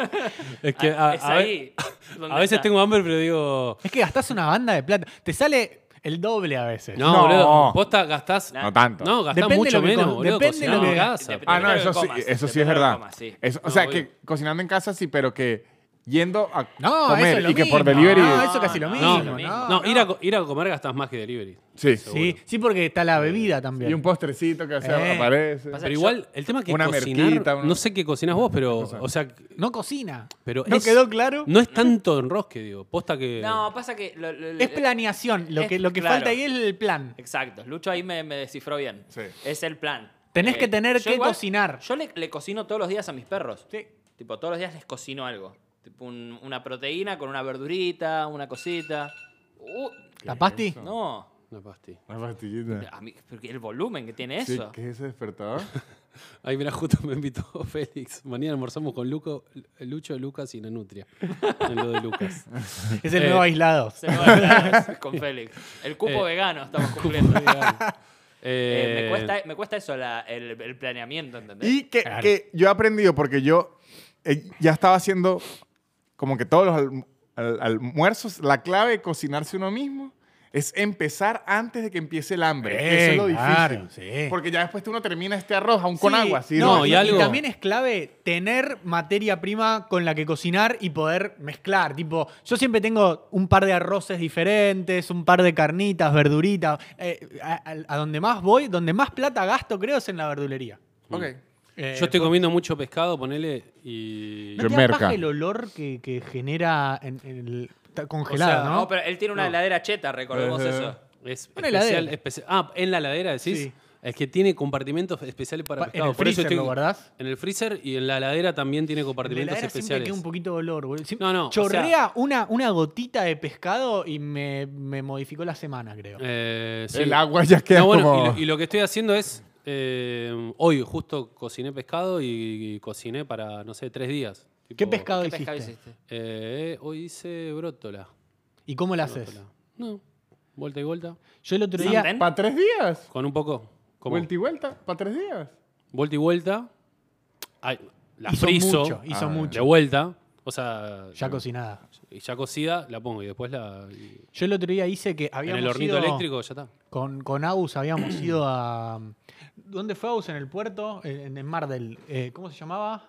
es que a,
es
a ve-
ahí. donde
a veces
está.
tengo hambre, pero digo.
Es que gastás una banda de plata. Te sale el doble a veces.
No,
No.
boludo. Posta, gastás.
No.
No tanto.
No, gastás
Depende
mucho
lo que
menos,
com-
boludo.
depende
cocinando
lo que-
en casa.
depende-
Ah, no,
Primero
eso
que
sí,
comas,
eso sí es
primero que
verdad.
comas, sí.
Eso- o
No,
sea,
obvio.
que cocinando en casa sí, pero que yendo a
No,
comer
eso es lo
y que por
mismo.
delivery.
No, eso casi lo
No,
mismo.
No,
No,
no, Ir, a, co- ir a comer gastás más que delivery.
Sí.
Sí, sí, porque está la bebida también.
Y un postrecito que o sea,
Eh.
aparece.
Pasa- O sea,
Pero
yo-
igual, el tema es que
Una
cocinar,
merquita, una-
no sé qué cocinas vos, pero, o sea,
No cocina.
pero
¿No
es-
quedó claro?
No es tanto enrosque, digo, posta que...
No, pasa que. lo- lo-
Es planeación. Lo
Es-
que, lo que
claro.
falta ahí es el plan.
Exacto, Lucho ahí me, me descifró bien.
Sí.
Es el plan. Eh,
Tenés que tener
yo
que cocinar.
Yo le, le cocino todos los días a mis perros.
Sí.
Tipo, todos los días les cocino algo. Tipo, un- una proteína con una verdurita, una cosita. Uh,
¿La pasti?
no.
Una pasti.
Una pastillita.
A mí- porque el volumen que tiene
Sí,
eso.
¿Qué es ese despertador?
Ahí mira, justo me invitó Félix. Mañana almorzamos con Luco, Lucho, Lucas y Nanutria. En lo de Lucas.
Es el
Eh,
nuevo aislado.
Se me va a quedar con Félix. El cupo
Eh,
vegano estamos cumpliendo. Eh,
Eh,
me, cuesta, me cuesta eso, la- el, el planeamiento, ¿entendés?
Y que,
Claro.
que yo he aprendido porque yo eh, ya estaba haciendo como que todos los alm- al- almuerzos, la clave de cocinarse uno mismo es empezar antes de que empiece el hambre. Eso es lo
Bien,
difícil.
Eh, claro, sí.
Porque ya después uno termina este arroz aún con
Sí,
agua. ¿sí?
no,
No,
y,
y algo-
también es clave tener materia prima con la que cocinar y poder mezclar. Tipo, yo siempre tengo un par de arroces diferentes, un par de carnitas, verduritas. Eh, a, a- a donde más voy, donde más plata gasto, creo, es en la verdulería.
Ok.
Eh,
yo estoy comiendo mucho pescado, ponele, y...
¿no
Yo
te da
merca.
paja el olor que, que genera en, en el, está congelado,
O sea,
¿no?
No, pero él tiene una heladera cheta, recordemos
Ajá.
eso.
Es
Una
especial,
heladera.
especial- Ah, en la heladera decís.
Sí.
Es que tiene compartimentos especiales para
Pa- en
pescado.
el
Por eso
freezer
estoy-
lo guardás.
En el freezer y en la heladera también tiene
En la
compartimentos
heladera siempre
especiales.
queda un poquito de olor, boludo. Siempre-
No, no, o
Chorrea
sea-
una, una gotita de pescado y me, me modificó la semana, creo.
Eh, sí.
El agua ya queda
No, bueno,
como...
y, lo, y lo que estoy haciendo es. eh, hoy justo cociné pescado y, cociné para, no sé, tres días.
¿Qué
Tipo,
pescado
¿Qué
hiciste?
pescado hiciste?
eh, hoy hice brótola.
¿Y cómo la haces?
Brótola. No, vuelta y vuelta.
Yo el otro día.
¿Sartén?
¿Para tres días?
Con un poco. Como,
Vuelta y vuelta. ¿Para tres días?
vuelta y vuelta. Ay, la
hizo
frizo.
mucho, hizo
Ah,
De
mucho.
vuelta. O sea.
Ya cocinada.
y ya cocida, la pongo y después la. y-
Yo el otro día hice que
en
habíamos
el hornito
ido
eléctrico ya está.
Con, con Agus habíamos ido a. ¿Dónde fue Agus? En el puerto, en, en Mar del. eh, ¿Cómo se llamaba?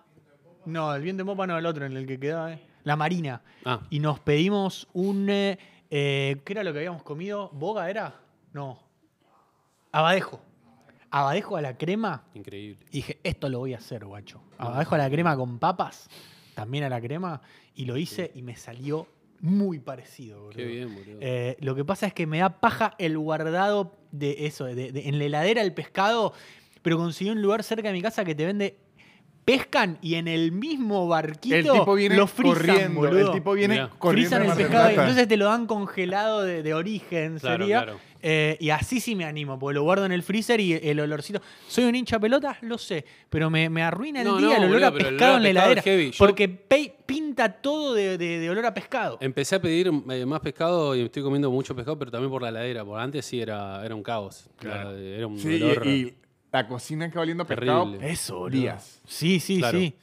No, el bien de Mopa no, el otro, en el que quedaba. eh. La Marina.
Ah.
Y nos pedimos un. eh, eh, ¿Qué era lo que habíamos comido? ¿Boga era? No. Abadejo. Abadejo a la crema.
Increíble.
Y dije, esto lo voy a hacer, guacho. Abadejo a la crema con papas, también a la crema, y lo hice y me salió muy parecido, boludo.
Qué bien, boludo.
Eh, lo que pasa es que me da paja el guardado de eso, de, de- en la heladera el pescado, pero conseguí un lugar cerca de mi casa que te vende. Pescan y en el mismo barquito
El tipo viene
lo frisan,
corriendo.
boludo.
El tipo viene
Mirá.
corriendo.
Frisan
de
el
Mar del
pescado y
Plata.
entonces te lo dan congelado de, de origen,
Claro,
sería.
claro.
Eh, y así sí me animo, porque lo guardo en el freezer y el olorcito. Soy un hincha pelotas, lo sé, pero me, me arruina el
No,
día el
no,
olor
boludo,
a
pero el
pescado
olor
en la
a pescado es
heladera.
heavy. Yo-
Porque pe- pinta todo de, de- de olor a pescado.
Empecé a pedir eh, más pescado y estoy comiendo mucho pescado, pero también por la heladera. Porque antes sí era, era un caos. Era, era un
Sí,
dolor.
y, y la cocina que va oliendo a pescado.
Terrible.
Eso, boludo.
Días.
Sí, sí,
Claro.
sí.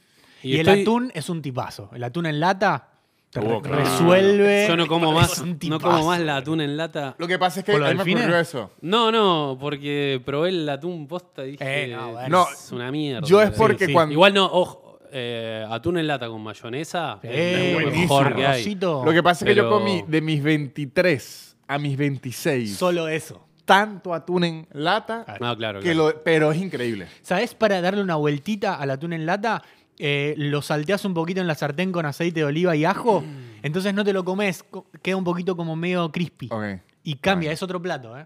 Y
Y,
estoy-
el atún es un tipazo. El atún en lata te
Oh,
re-
claro.
resuelve.
Yo no como
Es
más,
un
no
tipazo,
como más la atún en lata.
Lo que pasa es que a
¿Por los
mí me
delfines?
ocurrió eso.
No, no, porque probé el atún posta y dije,
Eh, no, bueno.
No,
es una mierda.
yo es porque cuando-
Igual no, ojo, eh, atún en lata con mayonesa
Eh,
es lo
buenísimo.
mejor que hay.
arrocito.
Lo que pasa es que yo
Pero-
comí de mis 23 a mis 26
Solo eso.
tanto atún en lata,
No, claro,
que
claro.
lo- pero es increíble.
¿Sabes? Para darle una vueltita al atún en lata, eh, lo salteas un poquito en la sartén con aceite de oliva y ajo.
Mm.
Entonces no te lo comes, co- queda un poquito como medio crispy.
Ok.
Y cambia, es otro plato, ¿eh?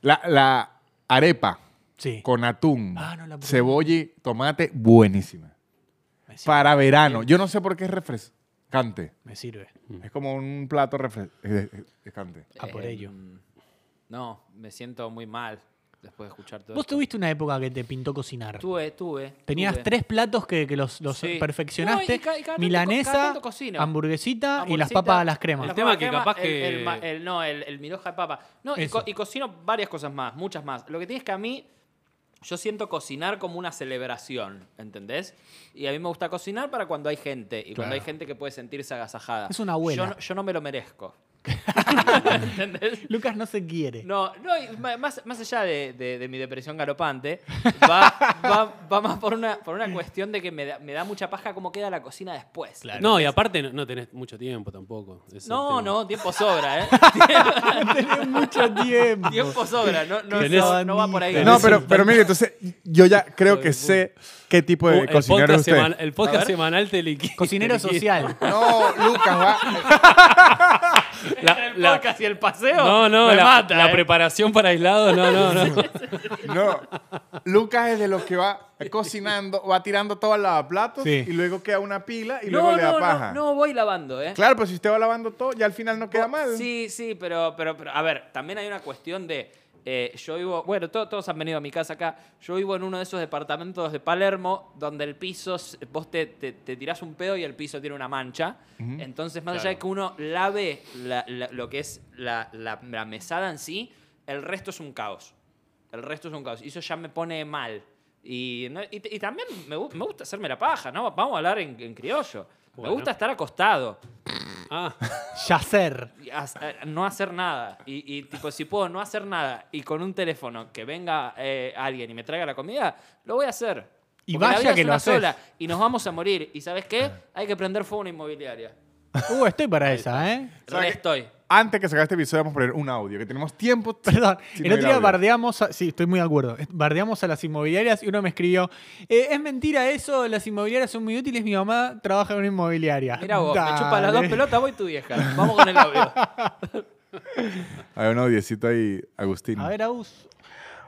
La, la arepa
Sí.
con atún,
Ah, no, la probé.
cebolla y tomate, buenísima.
Me sirve.
Para verano. Yo no sé por qué es refrescante.
Me sirve.
Mm.
Es como un plato refres- eh, eh, refrescante.
A Ah, por
Eh,
ello.
No, me siento muy mal después de escuchar todo
Vos
esto.
tuviste una época que te pintó cocinar.
Tuve, tuve.
Tenías
tuve.
tres platos que, que los, los
Sí. No,
perfeccionaste.
y ca- y cada tanto co- cada
milanesa,
tanto cocino.
hamburguesita y las
Hamburguesita,
papas a las cremas.
El
Ah, las
tema
papas
que capaz
crema, el-
que-
el ma- el- no, el, el miroja de papa. No, y,
Eso.
co- y cocino varias cosas más, muchas más. Lo que tienes que a mí yo siento cocinar como una celebración, ¿entendés? Y a mí me gusta cocinar para cuando hay gente y cuando hay gente que puede sentirse agasajada.
Es una abuela.
Yo no, yo no me lo merezco. ¿Entendés?
Lucas no se quiere.
No, no y ma- más, más allá de, de- de mi depresión galopante, va, va- va más por una, por una cuestión de que me da, me da mucha paja cómo queda la cocina después.
No, y aparte no, no tenés mucho tiempo tampoco. Ese es el
No,
tema.
no, tiempo sobra, ¿eh?
Tenés mucho tiempo.
tiempo sobra, no, no,
Tenés-
no- no va por ahí.
No, pero, pero mire, entonces yo ya creo que sé qué tipo
Uh,
de
el
cocinero es
podcast,
usted.
semanal, el podcast
A ver.
semanal te liquida.
Cocinero
te liquida.
social.
No, Lucas, va.
La-
el
la-
podcast y el paseo.
No, no,
me
la,
mata,
la
¿eh?
preparación para aislados, no, no, no.
No. Lucas es de los que va cocinando, va tirando todo al lavaplatos
Sí.
y luego queda una pila y
No,
luego le da
no, no,
paja.
No, voy lavando, ¿eh?
Claro, pues si usted va lavando todo, ya al final no queda mal.
Sí, sí, pero, pero, pero, a ver, también hay una cuestión de. eh, yo vivo, bueno, to- todos han venido a mi casa acá. Yo vivo en uno de esos departamentos de Palermo donde el piso, s- vos te, te, te tirás un pedo y el piso tiene una mancha. Entonces, más allá de que uno lave la- la- lo que es la, la- la mesada en sí, el resto es un caos. El resto es un caos. Y eso ya me pone mal. Y, no- y t- y también me, gu- me gusta hacerme la paja, ¿no? Vamos a hablar en, en criollo.
Bueno.
Me gusta estar acostado
Ah,
Yacer.
y hac- no hacer nada. Y, y, tipo, si puedo no hacer nada y con un teléfono que venga eh, alguien y me traiga la comida, lo voy a hacer.
Y
Porque la
vaya
vida es
que lo
una
haces. Ah.
sola y nos vamos a morir. ¿Y sabes qué? Hay que prender fuego a una inmobiliaria.
Uh, estoy para esa, ¿eh?
¿Sabes
Re
qué?
estoy.
Antes que sacar este episodio, vamos a poner un audio, que tenemos tiempo.
Perdón,
sin
el otro
poner
día
audio.
bardeamos, a- sí, estoy muy de acuerdo, eh, bardeamos a las inmobiliarias y uno me escribió, "Eh, es mentira eso, las inmobiliarias son muy útiles, mi mamá trabaja en una inmobiliaria.
Mira vos, me
Dale.
chupas las dos pelotas, voy tu vieja. Vamos con el audio.
Hay un audiecito ahí, Agustín.
A ver, Agus.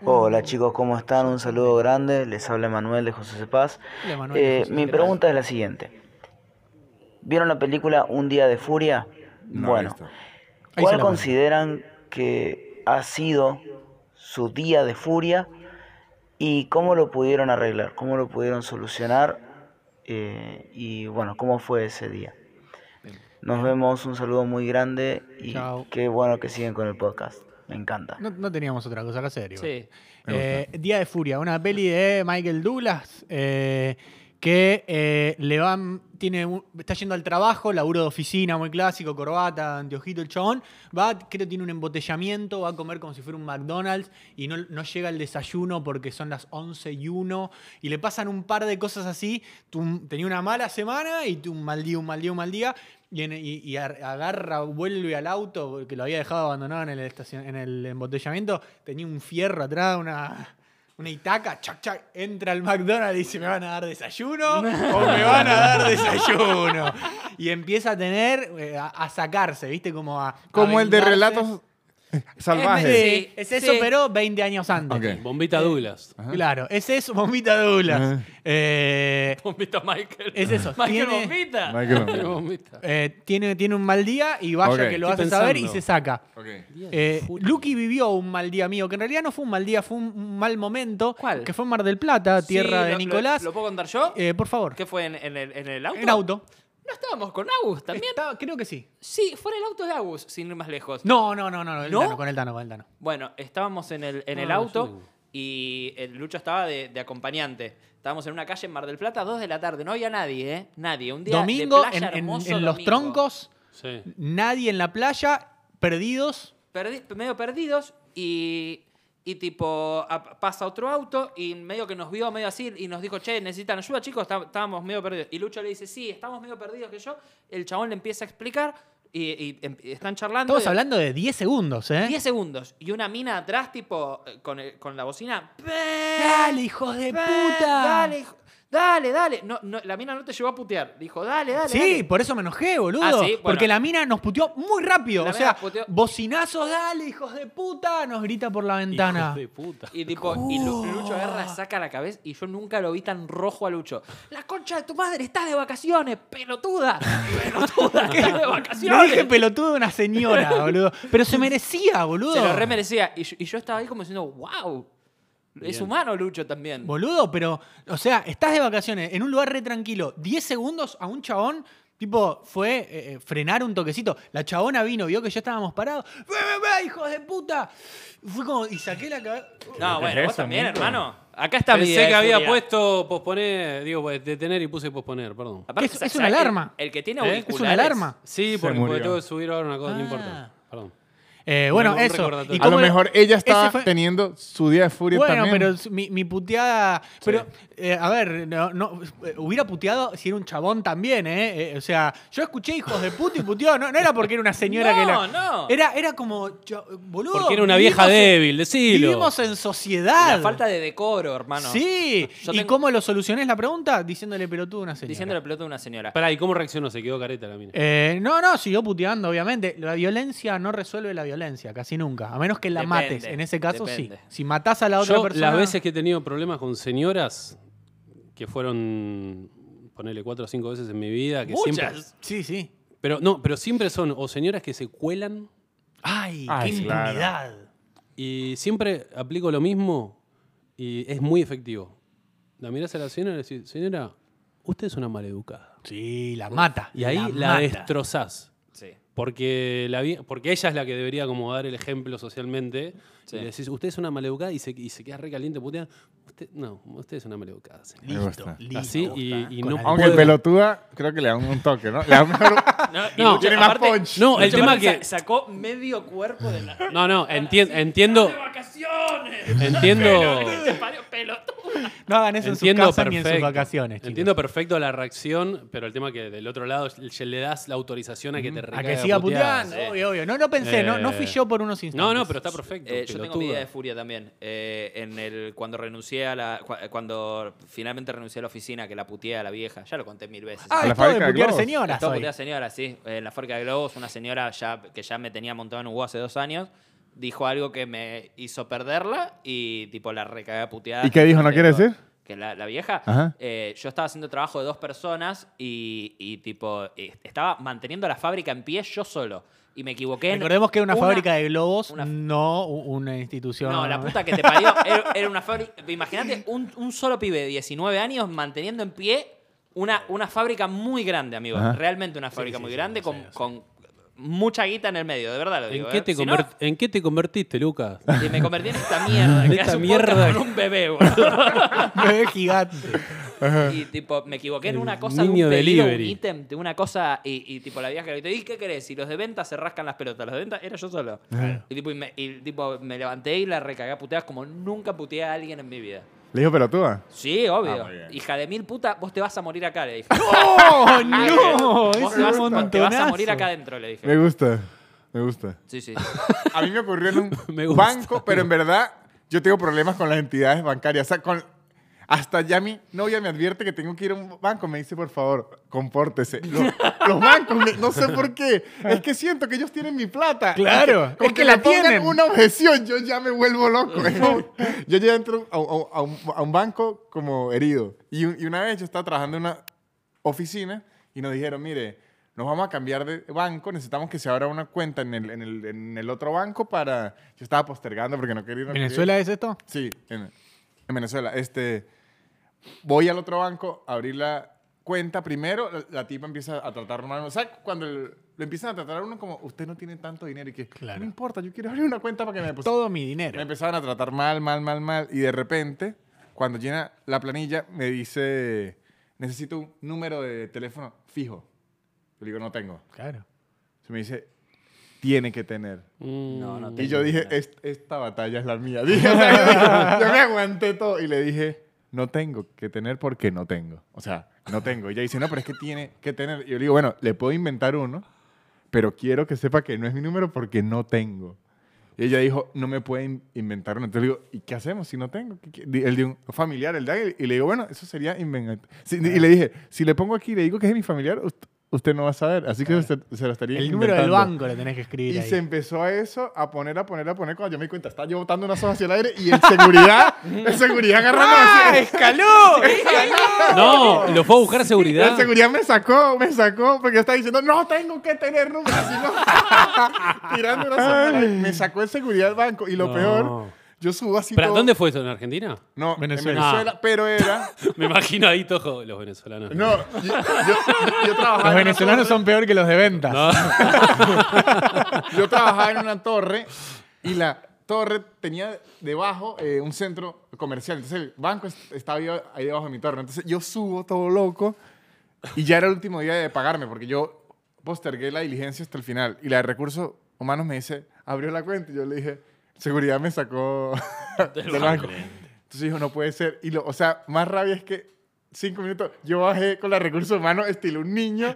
Hola chicos, ¿cómo están? Un saludo grande. Les habla Manuel de José Cepaz.
Hola, Manuel,
Eh,
José
mi
Cepaz.
pregunta es la siguiente. ¿Vieron la película Un día de furia?
No,
bueno,
listo.
Ahí se
¿cuál
la mando.
consideran que ha sido su día de furia y cómo lo pudieron arreglar? ¿Cómo lo pudieron solucionar? Eh, y bueno, ¿cómo fue ese día? Nos vemos, un saludo muy grande y
Chao.
qué bueno que siguen con el podcast. Me encanta.
No, no teníamos otra cosa que hacer. igual.
Sí.
Eh, Día de Furia, una peli de Michael Douglas eh, que eh, le van, tiene un- está yendo al trabajo, laburo de oficina muy clásico, corbata, anteojito, el chabón. Va, creo que tiene un embotellamiento, va a comer como si fuera un McDonald's y no, no llega el desayuno porque son las 11 y 1 y le pasan un par de cosas así. Tum, tenía una mala semana y tú un mal día, un mal día, un mal día. Y, en- y- y ar- agarra, vuelve al auto que lo había dejado abandonado en el, estacion- en el embotellamiento. Tenía un fierro atrás, una, una itaca. Chac, chac, entra al McDonald's y dice: ¿Me van a dar desayuno? ¿O me van a dar desayuno? Y empieza a tener, eh, a, a sacarse, ¿viste? Como a. a
Como el de
vengarse.
relatos salvajes.
Sí, es eso,
Sí.
pero 20 años antes.
Ok.
bombita Douglas.
Claro, es eso, bombita Douglas.
Ah.
Ajá.
Eh,
Bombita Michael.
Es eso,
Michael
tiene-
Bombita.
Michael.
Bombita.
eh, tiene, tiene un mal día y vaya
Ok.
que lo hace
Estoy
saber y
pensando.
se saca.
Ok.
Eh, Lucky vivió un mal día mío, que en realidad no fue un mal día, fue un- un mal momento.
¿Cuál?
Que fue en Mar del Plata, tierra
Sí,
de
lo- lo-
Nicolás.
¿Lo, puedo contar yo?
Eh, por favor.
¿Qué fue en, en el, en el auto?
En auto.
No estábamos con Agus también.
Estaba- creo que sí.
Sí, fue en el auto de Agus, sin ir más lejos.
No, no, no, no, no, el
¿No?
Tano, con el Tano, con el Tano.
Bueno, estábamos en el, en
Ah,
el
yo
auto
digo.
y el Lucho estaba de, de acompañante. Estábamos en una calle en Mar del Plata, 2 de la tarde. No había nadie, ¿eh? Nadie. Un día
Domingo,
de playa
en, en-
hermoso
en los
domingo.
troncos,
Sí.
nadie en la playa, perdidos.
Perdi- medio perdidos y, y tipo a- pasa otro auto y medio que nos vio medio así y nos dijo, che, necesitan ayuda chicos, Está- estábamos medio perdidos. Y Lucho le dice, sí, estamos medio perdidos que yo. El chabón le empieza a explicar y, y em- están charlando.
Estamos
y-
hablando de 10 segundos, ¿eh?
10 segundos. Y una mina atrás, tipo, eh, con, el- con la bocina.
Dale, hijos de puta.
Dale, hijo- dale, dale. No, no, la mina no te llegó a putear. Dijo, dale, dale.
Sí,
dale.
por eso me enojé, boludo.
Ah, sí, bueno.
Porque la mina nos puteó muy rápido.
La
o
mina
sea,
nos puteó.
bocinazos, dale, hijos de puta, nos grita por la ventana.
Hijos de puta.
Y tipo, y
Uh.
Lu- Lucho agarra, saca la cabeza y yo nunca lo vi tan rojo a Lucho. La concha de tu madre, estás de vacaciones, pelotuda. Pelotuda, estás de
Le
vacaciones.
dije pelotudo a una señora, boludo. Pero se merecía, boludo.
Se lo remerecía. Y, yo- y yo estaba ahí como diciendo, wow. Es humano Lucho también.
Boludo, pero, o sea, estás de vacaciones en un lugar re tranquilo, 10 segundos a un chabón Tipo, fue eh, eh, frenar un toquecito. La chabona vino, vio que ya estábamos parados. ¡Ve, ve, ve, hijos de puta! Fue como, y saqué la cabeza.
No,
¿Qué
bueno,
es
vos
eso,
también,
Nico?
hermano. Acá está mi idea
Pensé
de
que había
furia.
puesto posponer, digo, pues, detener y puse posponer, perdón.
Aparte,
Es-
sa-
es una
sa- el-
alarma.
El, que tiene
¿Eh? Es una
auriculares.
alarma.
Sí, porque,
murió.
porque tengo que subir ahora una cosa, no
Ah.
importa. Perdón.
Eh, bueno,
Bueno, un
eso.
recordatorio.
¿Y
A
cómo
lo
era-
mejor ella estaba
Ese fue-
teniendo su día de furia
Bueno,
también.
pero s- mi, mi puteada. Pero, eh, a ver, no, no, eh, hubiera puteado si era un chabón también, ¿eh? Eh, O sea, yo escuché hijos de puta y puteó. No, no era porque era una señora que la.
No, no.
Era, era como. cha- Boludo.
Porque era una vieja
vivimos en-
débil, decilo.
Vivimos en sociedad.
La falta de decoro, hermano.
Sí.
Yo
¿Y
tengo-
cómo lo solucioné es la pregunta? Diciéndole pelotudo a una señora.
Diciéndole pelota a una señora.
Pará, ¿y cómo reaccionó? Se quedó careta la mina.
Eh, no, no, siguió puteando, obviamente. La violencia no resuelve la violencia, casi nunca. A menos que la
Depende,
mates. En ese caso,
depende.
sí. Si matás a la otra
Yo,
persona.
las veces que he tenido problemas con señoras, que fueron, ponele cuatro o cinco veces en mi vida, que siempre...
Muchas.
Sí, sí.
Pero no, pero siempre son o señoras que se cuelan
Ay,
Ay,
qué
claro.
impunidad.
y siempre aplico lo mismo y es muy efectivo. La mirás a la señora y le decís, señora, usted es una maleducada.
Sí, la mata.
Y ahí la,
mata.
destrozás.
Sí.
Porque, la, vie- porque ella es la que debería como dar el ejemplo socialmente.
Sí.
Y le decís, usted es una maleducada y se, y se queda recaliente, putea. Usted, no, usted es una maleducada. señora".
Me
Listo,
gusta.
listo.
Así, y- y
Con
no-
al-
Aunque el pelotuda creo que le da un toque, ¿no? Le da un mejor-
No, y
No,
Lucho,
tiene más
aparte-
punch.
No, el
Lucho,
tema
aparte,
que-
sa- Sacó medio cuerpo de la.
No, no, entien- entiendo. Entiendo.
No hagan eso
Entiendo
en sus casas
perfecto.
ni en sus vacaciones. chicos.
Entiendo perfecto la reacción, pero el tema que del otro lado le- le das la autorización a que te
A
recaiga
que siga
puteadas.
puteando, obvio, obvio. No, no pensé, no, no fui
Eh,
yo por unos instantes.
No, no, pero está perfecto.
Eh, yo tengo mi
pelotuda.
idea de furia también. Eh, en el, cuando renuncié a la. cua- Cuando finalmente renuncié a la oficina, que la puteé a la vieja. Ya lo conté mil veces.
Ah,
A la
es todo de
fábrica de
putear
globos.
señoras.
Estaba
hoy.
puteada señora, sí. En la fábrica de globos, una señora ya, que ya me tenía montado en un huevo hace dos años, dijo algo que me hizo perderla y tipo la recagué a puteada.
¿Y qué dijo? ¿No quiere decir?
Que la, la vieja,
Ajá.
eh, yo estaba haciendo trabajo de dos personas y, y, tipo eh, estaba manteniendo la fábrica en pie yo solo. Y me equivoqué. en
Recordemos que es una, fábrica de globos,
una-
no u- una institución.
no, la puta que te parió. Era, era una fábrica. Imagínate un, un solo pibe de 19 años manteniendo en pie una, una fábrica muy grande, amigo.
Ajá.
Realmente una fábrica muy grande con, con mucha guita en el medio, de verdad lo
¿En
digo.
qué,
¿eh?
te
Si no,
conver- en qué te convertiste, Lucas?
y me convertí en esta mierda.
En
que
esta
hace un podcast
mierda.
Con un bebé, boludo.
Bebé gigante.
Y tipo, me equivoqué en
El
una cosa de un
niño
pedido, un
delivery.
ítem, de una cosa. Y, y, tipo, la vieja que le dije, ¿y qué querés? Y los de venta se rascan las pelotas. Los de venta era yo solo. Y, tipo, y me, y, tipo, me levanté y la recagué a puteadas como nunca puteé a alguien en mi vida.
Le dijo pelotuda.
Sí, obvio.
Ah, muy bien.
Hija de mil puta, vos te vas a morir acá, le dije.
¡Oh,
Vos
no!
te
Es un
vas- te vas a
montonazo.
morir acá adentro, le dije.
Me gusta. Me gusta.
Sí, sí.
A mí me ocurrió en un
Me gusta.
banco, pero en verdad yo tengo problemas con las entidades bancarias. O sea, con- hasta ya mi novia me advierte que tengo que ir a un banco. Me dice, por favor, compórtese. Lo- Los, bancos, me- no sé por qué. Es que siento que ellos tienen mi plata.
Claro,
Con
es que la
me pongan
tienen.
una objeción, yo ya me vuelvo loco. Es como- yo ya entro a, a- a un, a un banco como herido. Y, un- y una vez yo estaba trabajando en una oficina y nos dijeron, mire, nos vamos a cambiar de banco, necesitamos que se abra una cuenta en el, en el, en el otro banco para... Yo estaba postergando porque no quería ir. no quería ir.
¿Venezuela es esto?
Sí, en, en Venezuela. Este, voy al otro banco a abrir la cuenta. Primero, la, la tipa empieza a tratar mal. O sea, cuando el- lo empiezan a tratar a uno como, usted no tiene tanto dinero y que,
Claro.
no importa, yo quiero abrir una cuenta para que me depositen.
Todo mi
Me
dinero.
empezaban a tratar mal, mal, mal, mal. Y de repente, cuando llena la planilla, me dice, necesito un número de teléfono fijo. Yo le digo, no tengo.
Claro.
Se me dice, tiene que tener.
No,
Mm.
no
Y
te-
yo dije, "Es- esta batalla es la mía. Dije, o sea, yo, dije, yo me aguanté todo. Y le dije, no tengo que tener porque no tengo. O sea, no tengo. Y ella dice, no, pero es que tiene que tener. Y yo le digo, bueno, le puedo inventar uno, pero quiero que sepa que no es mi número porque no tengo. Y ella dijo, no me pueden inventar uno. Entonces le digo, ¿y qué hacemos si no tengo? ¿Qué- qué?" Di- El de un familiar, el de alguien. Y le digo, bueno, eso sería inventar. y le dije, si le pongo aquí y le digo que es mi familiar, us- usted, no va a saber. Así que usted- se lo estaría
El número del
inventando.
banco lo tenés que escribir
Y
ahí.
se empezó a eso, a poner, a poner, a poner. Cuando yo me di cuenta, estaba yo botando unas hojas hacia el aire y en seguridad, en seguridad agarrando
¡Ah,
así.
escaló!
No, lo fue a buscar seguridad.
En seguridad me sacó, me sacó, porque yo estaba diciendo, no tengo que tener números, así no. Tirando unas hojas. al aire. Me sacó en seguridad el banco y lo
No.
peor. Yo subo así
¿Pero
todo.
dónde fue eso? ¿En Argentina?
No,
Venezuela.
en Venezuela, pero era...
Me imagino ahí, Tojo, los venezolanos.
No, yo, yo, yo trabajaba
Los
en una
venezolanos
torre-
son peor que los de ventas.
Yo trabajaba en una torre y la torre tenía debajo eh, un centro comercial. Entonces el banco es- estaba ahí, ahí debajo de mi torre. Entonces yo subo todo loco y ya era el último día de pagarme porque yo postergué la diligencia hasta el final. Y la de recursos humanos me dice, abrió la cuenta. Y yo le dije, seguridad me sacó del banco. Entonces dijo, no puede ser. Y lo, o sea, más rabia es que cinco minutos, yo bajé con la recursos humanos, estilo un niño.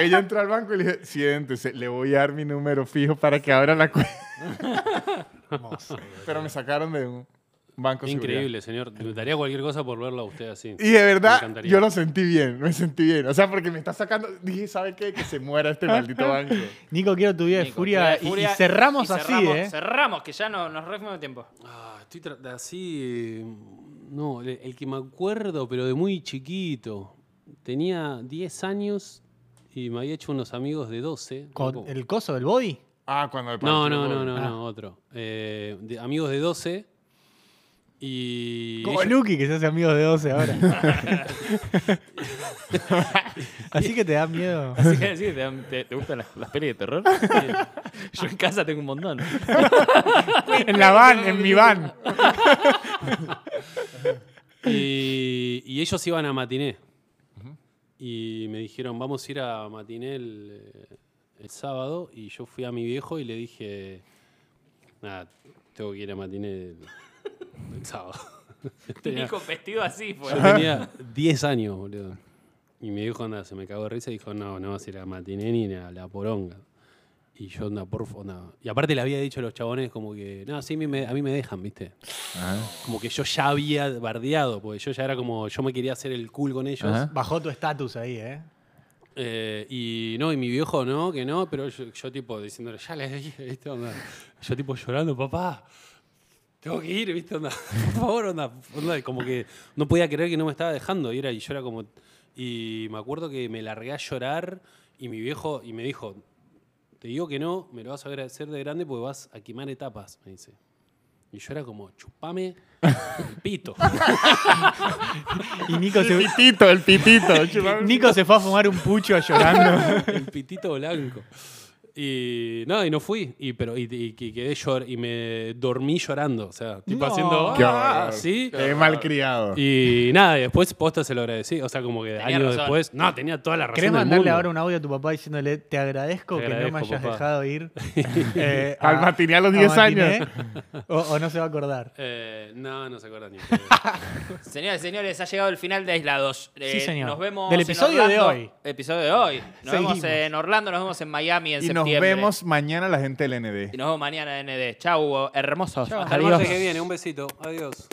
Ella entró al banco y le dije, siéntese, le voy a dar mi número fijo para que abra la cuenta. Pero me sacaron de un banco de seguridad.
Increíble, señor. Me daría cualquier cosa por verlo a usted así.
Y de
Me
verdad,
encantaría.
yo lo sentí bien, me sentí bien. O sea, porque me está sacando, dije, ¿sabe qué? Que se muera este maldito banco.
Nico, quiero tu vida de
Nico,
furia.
Furia de
y-
Furia,
y, cerramos
y
así,
cerramos,
¿eh?
Cerramos, que ya no, nos refimos de tiempo.
Ah, estoy tra- de así. eh, No, el, el que me acuerdo, pero de muy chiquito. Tenía 10 años y me había hecho unos amigos de 12.
Con el coso del body.
Ah, cuando el
No,
partido
no, no,
por-
no,
Ah.
no, otro. Eh, de- amigos de 12. Y.
Como
ellos-
Lucky, que se hace amigo de 12 ahora. así que te da miedo.
Así que sí, ¿te, te- te gustan las, las pelis de terror? Yo en casa tengo un montón.
en la van, en mi van.
y, y ellos iban a matiné. Y me dijeron, vamos a ir a matiné el, eh, el sábado. Y yo fui a mi viejo y le dije, nada, tengo que ir a matiné el, el sábado. Tenía-
Nico vestido así fue.
yo tenía 10 años, boludo. Y mi viejo, onda, se me cagó de risa y dijo, no, no vas a ir a matiné ni a la poronga. Y yo, onda, por favor, onda. Y aparte le había dicho a los chabones como que, no, sí, a mí me, a mí me dejan, ¿viste? Como que yo ya había bardeado, porque yo ya era como, yo me quería hacer el cool con ellos.
Ajá.
Bajó tu estatus ahí, ¿eh?
Eh, y no, y mi viejo no, que no, pero yo, yo tipo diciéndole, ya le dije, ¿viste? Onda. Yo tipo llorando, papá, tengo que ir, ¿viste? Onda, por favor, onda, onda, como que no podía creer que no me estaba dejando y era Y yo era como, y me acuerdo que me largué a llorar y mi viejo, y me dijo, te digo que no, me lo vas a agradecer de grande porque vas a quemar etapas, me dice. Y yo era como, chupame el pito.
Y Nico se,
El pitito, el pitito. chupame.
Nico se fue a fumar un pucho a llorando.
el pitito blanco. Y no, y no fui, y, pero, y, y- y quedé llor, y me dormí llorando, o sea, tipo
No.
haciendo
Qué
"Ah",
horror.
así.
Qué malcriado.
Y nada, y después posta se lo agradecí, o sea, como que años
razón.
después, no, tenía toda la razón.
¿Querés
del
mandarle
mundo.
ahora un audio a tu papá diciéndole te agradezco
Te
que no me
agradezco,
hayas
papá".
dejado ir eh,
Al matiné a los 10
matiné?
años.
O, o no se va a acordar.
Eh, no, no se acuerda ni. en pedo.
Señoras y señores, ha llegado el final de Aislados. Eh,
Sí, señor.
Nos vemos
Del
en
episodio de
Orlando.
hoy.
Episodio de hoy. Nos
Seguimos.
vemos en Orlando, nos vemos en Miami en
Y nos
septiembre.
vemos mañana la gente del
Y
ND.
nos vemos mañana en ND. Chau, hermosos.
Hasta el martes que viene, un besito, adiós.